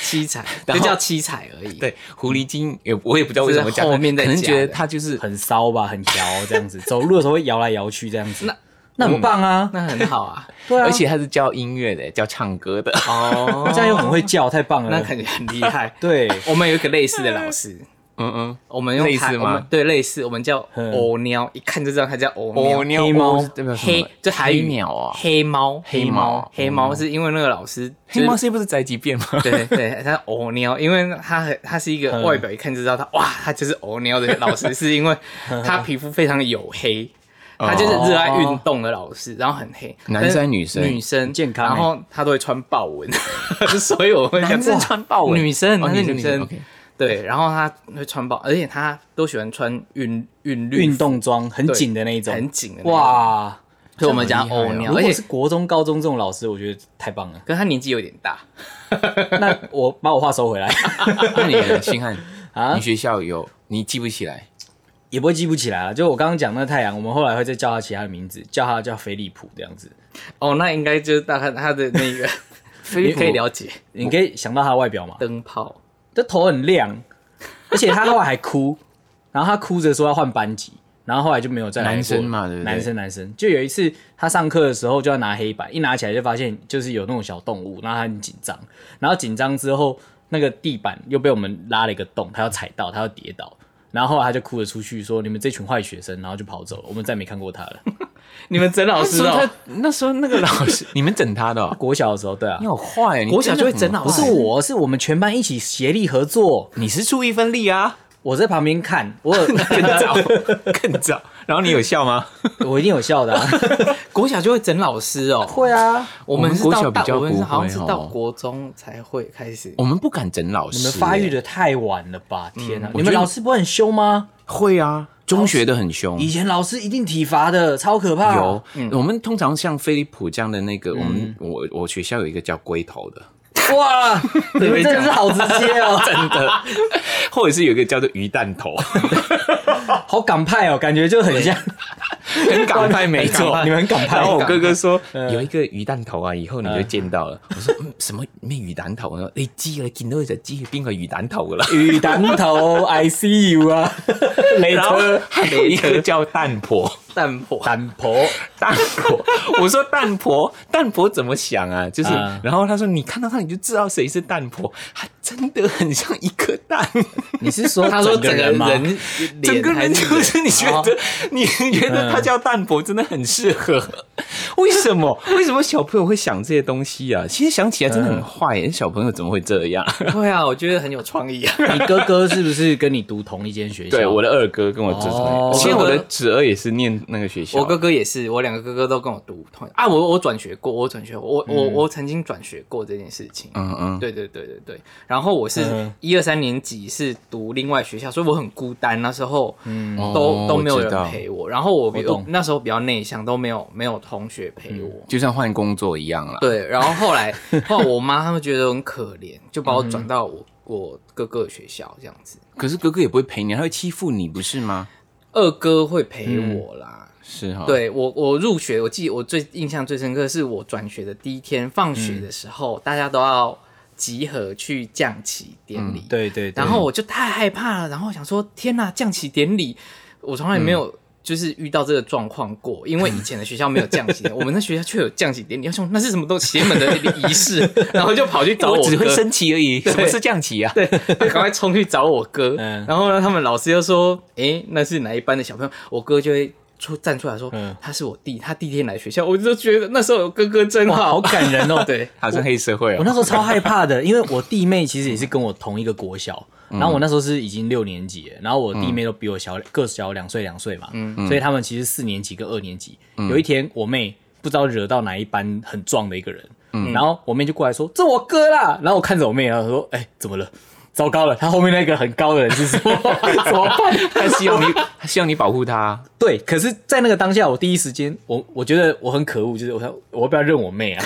Speaker 3: 七彩，
Speaker 2: 然
Speaker 3: 就
Speaker 2: 后
Speaker 3: 叫七彩而已。，
Speaker 2: 对，狐狸精也我也不知道为什么
Speaker 3: 是
Speaker 2: 讲，
Speaker 3: 后面再
Speaker 2: 可能
Speaker 3: 加
Speaker 2: 觉得
Speaker 3: 的
Speaker 2: 她就是
Speaker 4: 很骚吧，很摇这样子，走路的时候会摇来摇去这样子。那那很棒啊，
Speaker 3: 那很好
Speaker 2: 嗯
Speaker 3: 啊。
Speaker 4: 对啊，
Speaker 2: 而且她是教音乐的，教唱歌的。
Speaker 3: 哦，
Speaker 4: 这样又很会叫，太棒了。
Speaker 3: 那感觉很厉害。
Speaker 4: 对，
Speaker 3: 我们有一个类似的老 师，
Speaker 2: 嗯嗯，
Speaker 3: 我们用
Speaker 2: 类似
Speaker 3: 台
Speaker 2: 吗
Speaker 3: 我们对，类似，我们叫
Speaker 4: 嗯
Speaker 3: 欧喵，一看就知道他叫欧喵。
Speaker 2: 鸟
Speaker 4: 黑猫
Speaker 2: 哦是代表什么
Speaker 3: 黑就台语
Speaker 2: 黑鸟啊，
Speaker 3: 黑猫，
Speaker 2: 黑
Speaker 3: 黑
Speaker 2: 猫嗯
Speaker 3: 猫，黑猫是因为那个老师，
Speaker 2: 黑猫是不是宅急便吗？
Speaker 3: 就是 对对，他欧喵，因为他很他是一个
Speaker 4: 嗯
Speaker 3: 外表一看就知道他哇，他就是欧喵的老师，是因 为他皮肤非常黝黑。他就是热爱运动的老师，然后很黑，
Speaker 2: 哦男生
Speaker 3: 但是
Speaker 2: 女生
Speaker 3: 女生
Speaker 4: 健康欸
Speaker 3: 然后他都会穿豹纹， 所以我会想
Speaker 2: 男生
Speaker 3: 哇
Speaker 2: 穿豹纹
Speaker 3: 女生，
Speaker 2: 哦
Speaker 3: 她是
Speaker 2: 女生
Speaker 3: 女
Speaker 2: 女生
Speaker 3: 生
Speaker 2: ，OK，
Speaker 3: 对，然后他会穿豹，而且他都喜欢穿运运律
Speaker 4: 运
Speaker 3: 服
Speaker 4: 动装很
Speaker 3: 对
Speaker 4: 紧的那一种，
Speaker 3: 很紧的那种，
Speaker 4: 哇！
Speaker 3: 所以我们讲
Speaker 2: 这很厉害
Speaker 3: 欧
Speaker 2: 哦
Speaker 3: 喵，
Speaker 4: 如
Speaker 3: 而
Speaker 4: 果
Speaker 3: 且
Speaker 4: 是国中、高中这种老师，我觉得太棒了。
Speaker 3: 可是他年纪有点大，
Speaker 4: 那我把我话收回来，
Speaker 2: 那你呢，星 汉
Speaker 4: 啊
Speaker 2: 你学校有你记不起来？
Speaker 4: 也不会记不起来啊了。就我刚刚讲那个太阳，我们后来会再叫他其他的名字，叫他叫菲利普这样子。
Speaker 3: 哦，那应该就是大概他的那个，你可以了解
Speaker 4: 你可以想到他的外表嘛？
Speaker 3: 灯泡，
Speaker 4: 这头很亮，而且他后来还哭，然后他哭着说要换班级，然后后来就没有再来过
Speaker 2: 男生嘛对不对
Speaker 4: 男生男生，就有一次他上课的时候就要拿黑板，一拿起来就发现就是有那种小动物，然后他很紧张，然后紧张之后那个地板又被我们拉了一个洞，他要踩到，他要跌倒。然后后来他就哭着出去说：“你们这群坏学生！”然后就跑走了，我们再没看过他了。
Speaker 3: 你们整老
Speaker 2: 那
Speaker 3: 师
Speaker 2: 时候
Speaker 3: 哦
Speaker 2: 他，那时候那个老师， 你们整他的哦，
Speaker 4: 国小的时候，对啊
Speaker 2: 你，好坏哦，你
Speaker 3: 国小
Speaker 2: 真的
Speaker 3: 就会
Speaker 2: 很
Speaker 3: 整老
Speaker 4: 不
Speaker 3: 师
Speaker 4: 是，我，是我们全班一起协力合作。
Speaker 2: 你是出一分力啊，
Speaker 4: 我在旁边看，我有
Speaker 2: 更早更早。然后你有笑吗？
Speaker 4: 我一定有笑的、啊。
Speaker 3: 国小就会整老师哦，
Speaker 4: 会啊，
Speaker 3: 我
Speaker 2: 我们
Speaker 3: 们是
Speaker 2: 国
Speaker 3: 到
Speaker 2: 小
Speaker 3: 大
Speaker 2: 比较
Speaker 3: 我们是
Speaker 2: 不
Speaker 3: 好像
Speaker 2: 会
Speaker 3: 是到
Speaker 2: 哦
Speaker 3: 国中才会开始
Speaker 2: 我，们不敢整老师，
Speaker 4: 你们发育
Speaker 2: 欸
Speaker 4: 的太晚了吧？天啊！
Speaker 2: 我
Speaker 4: 你
Speaker 2: 觉
Speaker 4: 们
Speaker 2: 得
Speaker 4: 老师不会很凶吗？
Speaker 2: 会啊，中学的很凶。
Speaker 4: 以前老师一定体罚的，超可怕。
Speaker 2: 有，嗯我们通常像飞利浦这样的那个，我们我我学校有一个叫龟头的，
Speaker 4: 哇，你们真的是好直接哦， 真的
Speaker 2: 或者是有一个叫做鱼蛋头，
Speaker 4: 好港派哦，感觉就很像。
Speaker 2: 很港派没错，
Speaker 4: 你们很港派
Speaker 2: 然后我哥哥说有一个鱼蛋头啊，以后你就见到了。我说嗯什么咩鱼蛋头？啊我说你知啦，见到就知邊個魚蛋頭噶啦。
Speaker 4: 雨蛋 头，I see you 啊，雷
Speaker 2: 然后
Speaker 4: 车
Speaker 2: 还有一个叫蛋婆，
Speaker 3: 蛋破，
Speaker 4: 蛋婆，
Speaker 2: 蛋 婆，我说蛋婆，蛋婆怎么想啊？就是，
Speaker 4: 嗯
Speaker 2: 然后他说你看到他你就知道谁是蛋婆，她真的很像一颗蛋，
Speaker 4: 你是 说
Speaker 3: 他说整个
Speaker 4: 人吗？
Speaker 3: 人
Speaker 2: 整
Speaker 3: 脸
Speaker 2: 个
Speaker 3: 还
Speaker 2: 人
Speaker 3: 是哦
Speaker 2: 哦就是你觉得、你觉得他叫较淡薄真的很适合。为什么？为什么小朋友会想这些东西啊？现在想起来真的很坏耶、小朋友怎么会这样？
Speaker 3: 对啊，我觉得很有创意啊。
Speaker 4: 你哥哥是不是跟你读同一间学校？
Speaker 2: 对，我的二哥跟我侄子，
Speaker 4: 哦
Speaker 2: 其实我的侄儿也是念那个学校。
Speaker 3: 我哥哥也是，我两个哥哥都跟我读同啊，我我转学过，我转学过，我我我曾经转学过这件事情。
Speaker 2: 嗯嗯，
Speaker 3: 对对对对对，然后我是
Speaker 4: 嗯
Speaker 3: 一二三年级是读另外学校，所以我很孤单。那时候，嗯，都
Speaker 2: 哦
Speaker 3: 都没有
Speaker 2: 我知
Speaker 3: 人
Speaker 2: 道
Speaker 3: 陪我。然后我比
Speaker 4: 我懂
Speaker 3: 那时候比较内向，都没有没有同学陪我。
Speaker 2: 就像换工作一样啦。
Speaker 3: 对，然后后来后来我妈他们觉得很可怜，就把我转到我我哥哥的学校这样子。
Speaker 2: 可是哥哥也不会陪你，他会欺负你，不是吗？
Speaker 3: 二哥会陪我啦，
Speaker 2: 是哈、，
Speaker 3: 对我，我入学，我记得我最印象最深刻是我转学的第一天，放
Speaker 2: 嗯
Speaker 3: 学的时候，大家都要集合去降旗
Speaker 2: 嗯
Speaker 3: 典礼。，
Speaker 4: 对对对，
Speaker 3: 然后我就太害怕了，然后想说，天呐，降旗典礼，我从
Speaker 2: 嗯
Speaker 3: 来没有就是遇到这个状况过，因为以前的学校没有降旗， 我们的学校却有降旗典礼，我想那是什么都邪门的仪式， 然后就跑去找
Speaker 2: 我
Speaker 3: 我
Speaker 2: 只会
Speaker 3: 哥
Speaker 2: 升旗而已，什么是降旗啊？
Speaker 3: 对，赶快冲去找我哥。
Speaker 4: 嗯
Speaker 3: 然后呢，他们老师就说：“诶，那是哪一班的小朋友？”我哥就会出站出来说：“
Speaker 4: 嗯
Speaker 3: 他是我弟，他第一天来学校。”我就觉得那时候有哥哥真
Speaker 4: 哇，
Speaker 3: 好
Speaker 4: 好。感人哦。
Speaker 3: 对，
Speaker 2: 他是黑社会
Speaker 4: 我
Speaker 2: 哦。
Speaker 4: 那时候超害怕的，因为我弟妹其实也是跟我同一个国小，然后我那时候是已经六年级了，然后我弟妹都比我小，各小两岁两岁嘛，所以他们其实四年级跟二年级。有一天我妹不知道惹到哪一班很壮的一个人，然后我妹就过来说：“这我哥啦！”然后我看着我妹，然后说：“哎、怎么了？”糟糕了，他后面那个很高的人是什么？怎么办？
Speaker 2: 他希望你，他希望你保护他。
Speaker 4: 对，可是，在那个当下，我第一时间，我我觉得我很可恶，就是我想我要不要认我妹啊？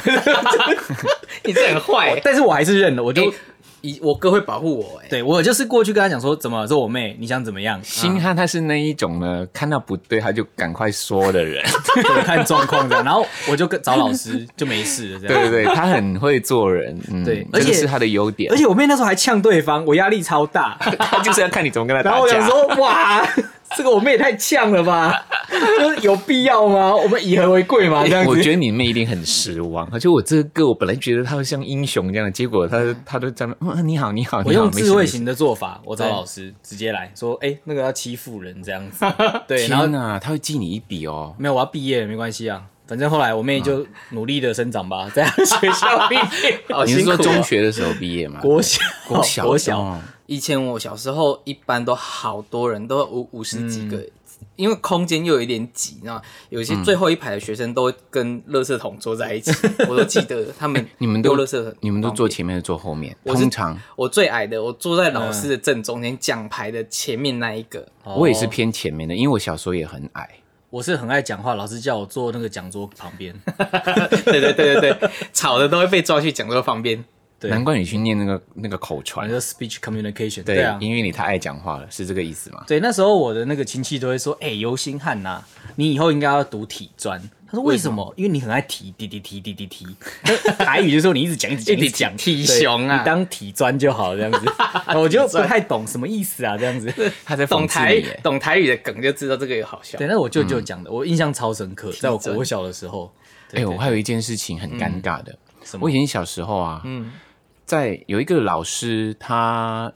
Speaker 3: 你这很坏、欸。
Speaker 4: 但是我还是认了，我就、
Speaker 3: 诶以我哥会保护我、诶，
Speaker 4: 对我就是过去跟他讲说，怎么了这我妹，你想怎么样？啊
Speaker 2: 星汉他是那一种呢，看到不对他就赶快说的 人。
Speaker 4: 对，看状 况这样。然后我就跟找老师，就没事了这样。
Speaker 2: 对对对，他很会做人，嗯，
Speaker 4: 对
Speaker 2: 这
Speaker 4: 而
Speaker 2: 个
Speaker 4: 且
Speaker 2: 是他的优点。
Speaker 4: 而且我妹那时候还呛对方，我压力超大。
Speaker 2: 他就是要看你怎么跟他
Speaker 4: 然
Speaker 2: 打
Speaker 4: 后我想
Speaker 2: 架。
Speaker 4: 说，哇， 这个我妹也太呛了吧？ 就是有必要吗？我们以和为贵吗？这样子。
Speaker 2: 哎我觉得你妹一定很失望，而且我这个歌，我本来觉得他会像英雄这样的，结果他他都在那，嗯，你好，你好，
Speaker 4: 我
Speaker 2: 你好
Speaker 4: 用
Speaker 2: 没事
Speaker 4: 智慧
Speaker 2: 没事
Speaker 4: 型的做法，我找老师直接来说，哎、那个要欺负人这样 子。对，然后
Speaker 2: 天哪，他会记你一笔哦。
Speaker 4: 没有，我要毕业了，没关系啊。反正后来我妹
Speaker 2: 啊
Speaker 4: 就努力的生长吧，在学校毕业，
Speaker 3: 好
Speaker 2: 你是
Speaker 3: 辛苦
Speaker 2: 说
Speaker 3: 哦
Speaker 2: 中学的时候毕业吗？
Speaker 4: 啊 国小，
Speaker 2: 国小，
Speaker 4: 国小，
Speaker 2: 哦
Speaker 3: 以前我小时候一般都好多人，都五五十几个。因为空间又有一点挤，那有一些最后一排的学生都会跟垃圾桶坐在一起，我都记得他们
Speaker 2: 你们都
Speaker 3: 丢垃圾很
Speaker 2: 你们都
Speaker 3: 方便
Speaker 2: 坐前面，坐后面，
Speaker 3: 我是
Speaker 2: 通常
Speaker 3: 我最矮的，我坐在老师的正中间，奖牌的前面那一个。
Speaker 2: 我也是偏前面的，因为我小时候也很矮。
Speaker 4: 我是很爱讲话，老师叫我坐那个讲桌旁 边。
Speaker 3: 对对对对对， 吵的都会被抓去讲桌旁边。
Speaker 4: 对
Speaker 2: 难怪你去念那个那个口传
Speaker 4: 反，正 speech communication，
Speaker 2: 对，
Speaker 4: 啊，
Speaker 2: 因为你太爱讲话了，是这个意思吗？
Speaker 4: 对，那时候我的那个亲戚都会说，哎、游星汉呐、你以后应该要读体专。他说为什么？因为你很爱提提提提提提提， 台语就是说你一直讲一直讲
Speaker 3: 一直
Speaker 4: 讲
Speaker 3: 提
Speaker 4: 对
Speaker 3: 熊啊
Speaker 4: 你当体专就好这 样子。然后我就不太懂什么意思啊，这 样子。
Speaker 2: 他在
Speaker 3: 懂
Speaker 2: 讽刺
Speaker 3: 台
Speaker 2: 你耶，
Speaker 3: 懂台语的梗就知道这个有好笑
Speaker 4: 对，。那是我舅舅讲的，我印象超深刻，在我国小的时候。
Speaker 2: 哎、我还有一件事情很尴尬的，
Speaker 4: 什么
Speaker 2: 我以前小时候啊，在有一个老师他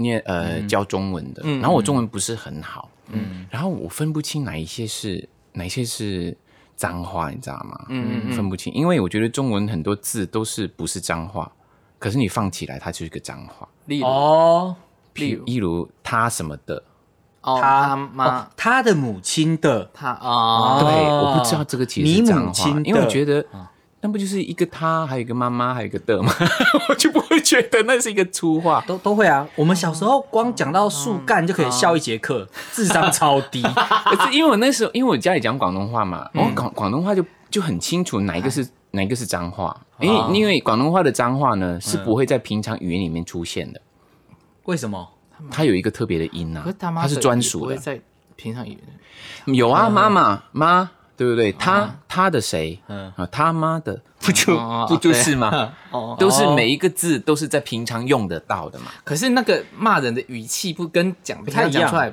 Speaker 2: 念呃、教中文的，然后我中文不是很好，嗯，然后我分不清哪一些是哪一些是脏话，你知道吗？嗯分不清，因为我觉得中文很多字都是不是脏话，可是你放起来它就是个脏话，
Speaker 3: 例如，
Speaker 4: 哦，
Speaker 2: 譬如例如他什么的，
Speaker 3: 哦
Speaker 4: 他
Speaker 3: 他妈
Speaker 4: 哦，他的母亲的，
Speaker 3: 他啊，
Speaker 2: 对，
Speaker 4: 哦
Speaker 2: 我不知道这个其实
Speaker 4: 你
Speaker 2: 是
Speaker 4: 母
Speaker 2: 脏话
Speaker 4: 亲，的
Speaker 2: 因为我觉得嗯那不就是一个他，还有一个妈妈，还有一个的吗？ 我就不会觉得那是一个粗 话。
Speaker 4: 都都会啊。我们小时候光讲到
Speaker 2: 哦
Speaker 4: 树干就可以笑一节课，智商超低。
Speaker 2: 可是因为我那时候，因为我家里讲广东话嘛，我广广东话就就很清楚哪一个是哪一个是脏话，因为因为广东话的脏话呢是不会在平常语言里面出现的，
Speaker 4: 为什么？
Speaker 2: 它有一个特别的音啊
Speaker 3: 可是他，妈
Speaker 2: 嗯它是专
Speaker 3: 不
Speaker 2: 属
Speaker 3: 会
Speaker 2: 的。
Speaker 3: 在平常语。
Speaker 2: 有啊，妈妈妈，对不对？他他的谁？
Speaker 4: 嗯
Speaker 2: 啊，他妈的，不就
Speaker 3: 哦
Speaker 2: 不就是 吗？
Speaker 3: 哦，
Speaker 2: 都是每一个字都是在平常用得到的嘛。
Speaker 3: 可是那个骂人的语气不跟讲平
Speaker 4: 太
Speaker 3: 常
Speaker 4: 一样
Speaker 3: 讲出来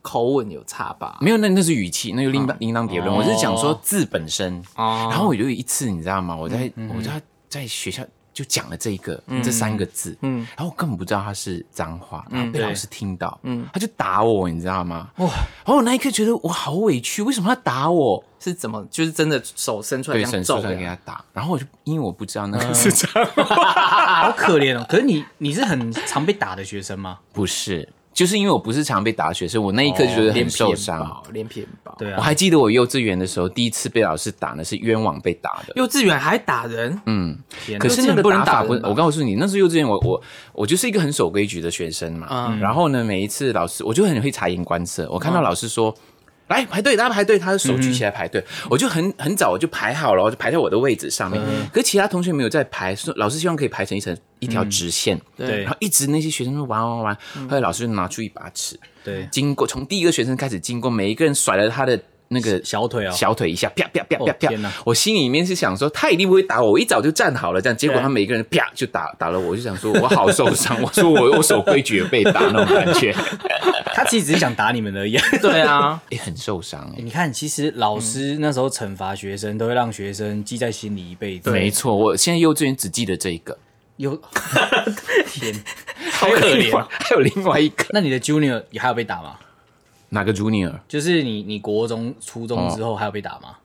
Speaker 3: 口吻有差吧？
Speaker 2: 没有，那那是语气，那就另当另当别论。
Speaker 4: 哦
Speaker 2: 我是讲说字本身。
Speaker 3: 哦
Speaker 2: 嗯然后我就有一次，你知道吗？我在我在在学校就讲了这一个、这三个字，嗯，然后我根本不知道他是脏话，然后被老师听到，嗯，他就打我，你知道吗？哇！然后我那一刻觉得我好委屈，为什么要打我？
Speaker 3: 是怎么？就是真的手伸出来
Speaker 2: 对，
Speaker 3: 这样
Speaker 2: 伸出
Speaker 3: 揍啊
Speaker 2: 来给
Speaker 3: 的，
Speaker 2: 他嗯打，然后我就因为我不知道那个是脏话，
Speaker 4: 好可怜哦。可是你你是很常被打的学生吗？
Speaker 2: 不是，就是因为我不是常被打的学生，我那一刻就觉
Speaker 3: 哦
Speaker 2: 得很受伤。
Speaker 3: 包，连皮包。
Speaker 4: 对
Speaker 2: 我
Speaker 4: 啊，
Speaker 2: 还记得我幼稚园的时候，第一次被老师打呢，是冤枉被打的。
Speaker 3: 幼稚园还打人，
Speaker 2: 嗯，
Speaker 4: 天哪
Speaker 2: 可是那
Speaker 3: 幼稚园不
Speaker 2: 个
Speaker 3: 能
Speaker 2: 打法
Speaker 3: 打
Speaker 2: 不，
Speaker 3: 人吧
Speaker 2: 我告诉你，那是幼稚园，我我我就是一个很守规矩的学生嘛。然后呢，每一次老师，我就很会察言观色。我看到老师说。来排队，大家排队，他的手举起来排队，我就很很早我就排好了，我就排在我的位置上面。可其他同学没有在排，所以老师希望可以排成一层一条直线。
Speaker 4: 对
Speaker 2: 然后一直那些学生就玩玩玩，后来老师就拿出一把尺，
Speaker 4: 对
Speaker 2: 经过从第一个学生开始经过，每一个人甩了他的那个
Speaker 4: 小腿哦
Speaker 2: 小腿一下，啪啪啪啪
Speaker 4: 哦
Speaker 2: 啪
Speaker 4: 天哪。
Speaker 2: 我心里面是想说，他一定不会打我，我一早就站好了这样。结果
Speaker 4: 对
Speaker 2: 他每一个人啪就打打了我，我就想说我好受伤，我说我我守规矩也被打那种感觉，
Speaker 4: 他其实只是想打你们 而已。
Speaker 3: 对 啊，
Speaker 2: 也、很受伤、欸。
Speaker 4: 你看，其实老师那时候惩罚学生，都会让学生记在心里一辈子。
Speaker 2: 没错，我现在幼稚园只记得这一个，
Speaker 4: 有天，
Speaker 2: 好可怜、还有另外一个
Speaker 4: 那你的 junior 你还有被打吗？
Speaker 2: 哪个 junior
Speaker 4: 就是你你国中、初中之后还有被打吗？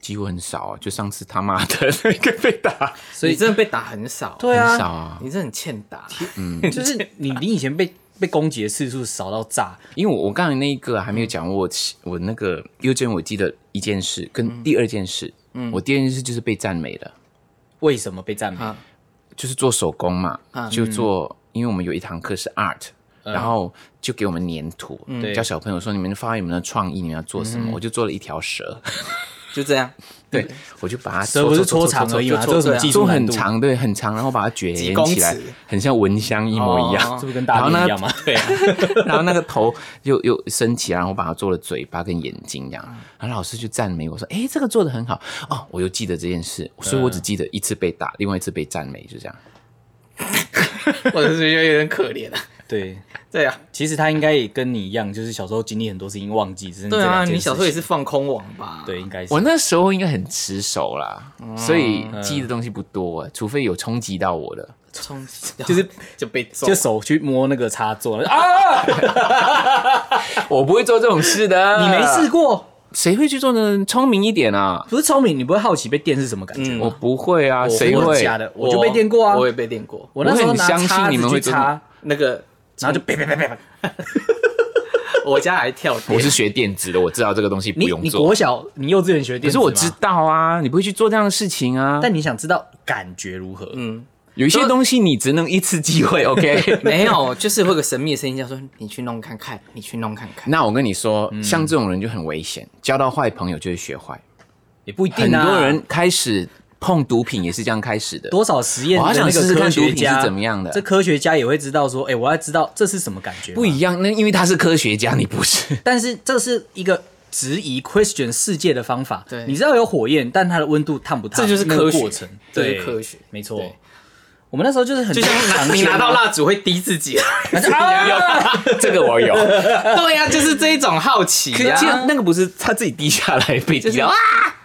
Speaker 2: 几乎很少啊，就上次他妈的那个被打，
Speaker 3: 所以真的被打很少，
Speaker 4: 对
Speaker 2: 很少啊。
Speaker 3: 你真的很欠打。
Speaker 2: 哦
Speaker 4: 就是你你以前被被攻击的次数少到炸，
Speaker 2: 因为我我刚才那一个还没有讲，我我那个幼稚园我记得一件事跟第二件事，嗯，我第二件事就是被赞美了，
Speaker 4: 为什么被赞美？
Speaker 2: 嗯
Speaker 3: 啊
Speaker 2: 就是做手工嘛，
Speaker 3: 啊
Speaker 2: 就
Speaker 4: 嗯
Speaker 2: 做，因为我们有一堂课是 art。然后就给我们粘土，
Speaker 4: 对嗯
Speaker 2: 教小朋友说你们发挥你们的创意，你们要做什么？我就做了一条蛇，
Speaker 3: 就这样，
Speaker 2: 对，我就把它
Speaker 4: 蛇不是搓长而已嘛，这有什么技术
Speaker 2: 做
Speaker 4: 难
Speaker 2: 很
Speaker 4: 度？
Speaker 2: 长，对，很长，然后把它卷
Speaker 3: 几公
Speaker 2: 起来
Speaker 3: 尺，
Speaker 2: 很像蚊香一模一样
Speaker 3: 哦
Speaker 4: 是。不是跟大
Speaker 2: 然后
Speaker 4: 便
Speaker 2: 呢
Speaker 4: 一样嘛？对啊，
Speaker 2: 然后那个头又又升起来，然后把它做了嘴巴跟眼睛这样。然后老师就赞美我说：“哎，这个做的很好哦！”我又记得这件事，所以
Speaker 4: 嗯
Speaker 2: 我只记得一次被打，另外一次被赞美，就这样。
Speaker 3: 我就觉得有点可怜啊。
Speaker 4: 对，
Speaker 3: 对啊，
Speaker 4: 其实他应该也跟你一样，就是小时候经历很多事情忘记，只是
Speaker 3: 对啊，
Speaker 4: 这两件
Speaker 3: 你小时候也
Speaker 4: 事
Speaker 3: 是放空网吧？
Speaker 4: 情对，应该是
Speaker 2: 我那时候应该很持手啦，
Speaker 4: 嗯
Speaker 2: 所以记的东西不多，除非有冲击到我的。
Speaker 3: 冲击到，
Speaker 4: 就是
Speaker 3: 就被揍
Speaker 4: 就。手去摸那个插座啊，
Speaker 2: 我不会做这种事的，
Speaker 4: 你没试，过？
Speaker 2: 谁会去做呢？聪明一点啊！
Speaker 4: 不是聪明，你不会好奇被电是什么感觉
Speaker 2: 我
Speaker 4: 吗？
Speaker 2: 不会啊，
Speaker 4: 嗯我
Speaker 2: 谁会？
Speaker 4: 假的，我就被电过啊。
Speaker 3: 我也被电过。
Speaker 4: 我那时
Speaker 2: 我
Speaker 4: 候
Speaker 2: 很
Speaker 4: 拿
Speaker 2: 相信
Speaker 4: 叉
Speaker 2: 你
Speaker 4: 子
Speaker 2: 们会
Speaker 4: 去
Speaker 2: 做这种
Speaker 4: 插，
Speaker 3: 那个，
Speaker 4: 然后就啪啪啪啪啪。
Speaker 3: 我家还跳电
Speaker 2: 我是学电子的，我知道这个东西不
Speaker 4: 你
Speaker 2: 用
Speaker 4: 你
Speaker 2: 做。
Speaker 4: 国小你幼稚园学
Speaker 2: 可
Speaker 4: 电
Speaker 2: 是
Speaker 4: 子
Speaker 2: 我
Speaker 4: 吗
Speaker 2: 知道啊，你不会去做这样的事情啊。
Speaker 4: 但你想知道感觉如何？嗯，
Speaker 2: 有一些东西你只能一次机 会，OK？
Speaker 3: 没有，就是会有个神秘的声音叫说：“你去弄看看，你去弄看看。
Speaker 2: 那我跟你说，
Speaker 4: 嗯
Speaker 2: 像这种人就很危险，交到坏朋友就会学坏。
Speaker 4: 也不一
Speaker 2: 很
Speaker 4: 定啊。
Speaker 2: 多人开始碰毒品也是这样开始的。
Speaker 4: 多少实验
Speaker 2: 我好
Speaker 4: 的
Speaker 2: 想
Speaker 4: 那
Speaker 2: 试试
Speaker 4: 个
Speaker 2: 看
Speaker 4: 科
Speaker 2: 毒
Speaker 4: 学
Speaker 2: 品是
Speaker 4: 家
Speaker 2: 怎么样的
Speaker 4: 这科学家也会知道说，哎，我要知道这是什么感觉。
Speaker 2: 不，一样，那因为他是科学家，你不是。
Speaker 4: 但是这是一个质疑 question 世界的方法。
Speaker 3: 对
Speaker 4: 你知道有火焰，但它的温度烫不烫，
Speaker 3: 这就是
Speaker 4: 那个
Speaker 3: 科学
Speaker 4: 过程，
Speaker 3: 这
Speaker 4: 对，
Speaker 3: 是科学
Speaker 4: 没错
Speaker 3: 对。
Speaker 4: 我们那时候就是很”
Speaker 3: 就像拿
Speaker 4: 常
Speaker 3: 你
Speaker 4: 见
Speaker 3: 拿
Speaker 4: 啊
Speaker 3: 到蜡烛会滴自 己，
Speaker 2: 这个我有，
Speaker 3: 对呀、就是这一种好奇啊
Speaker 2: 可
Speaker 3: 呀、
Speaker 2: 是那个不是他自己滴下来被滴到啊？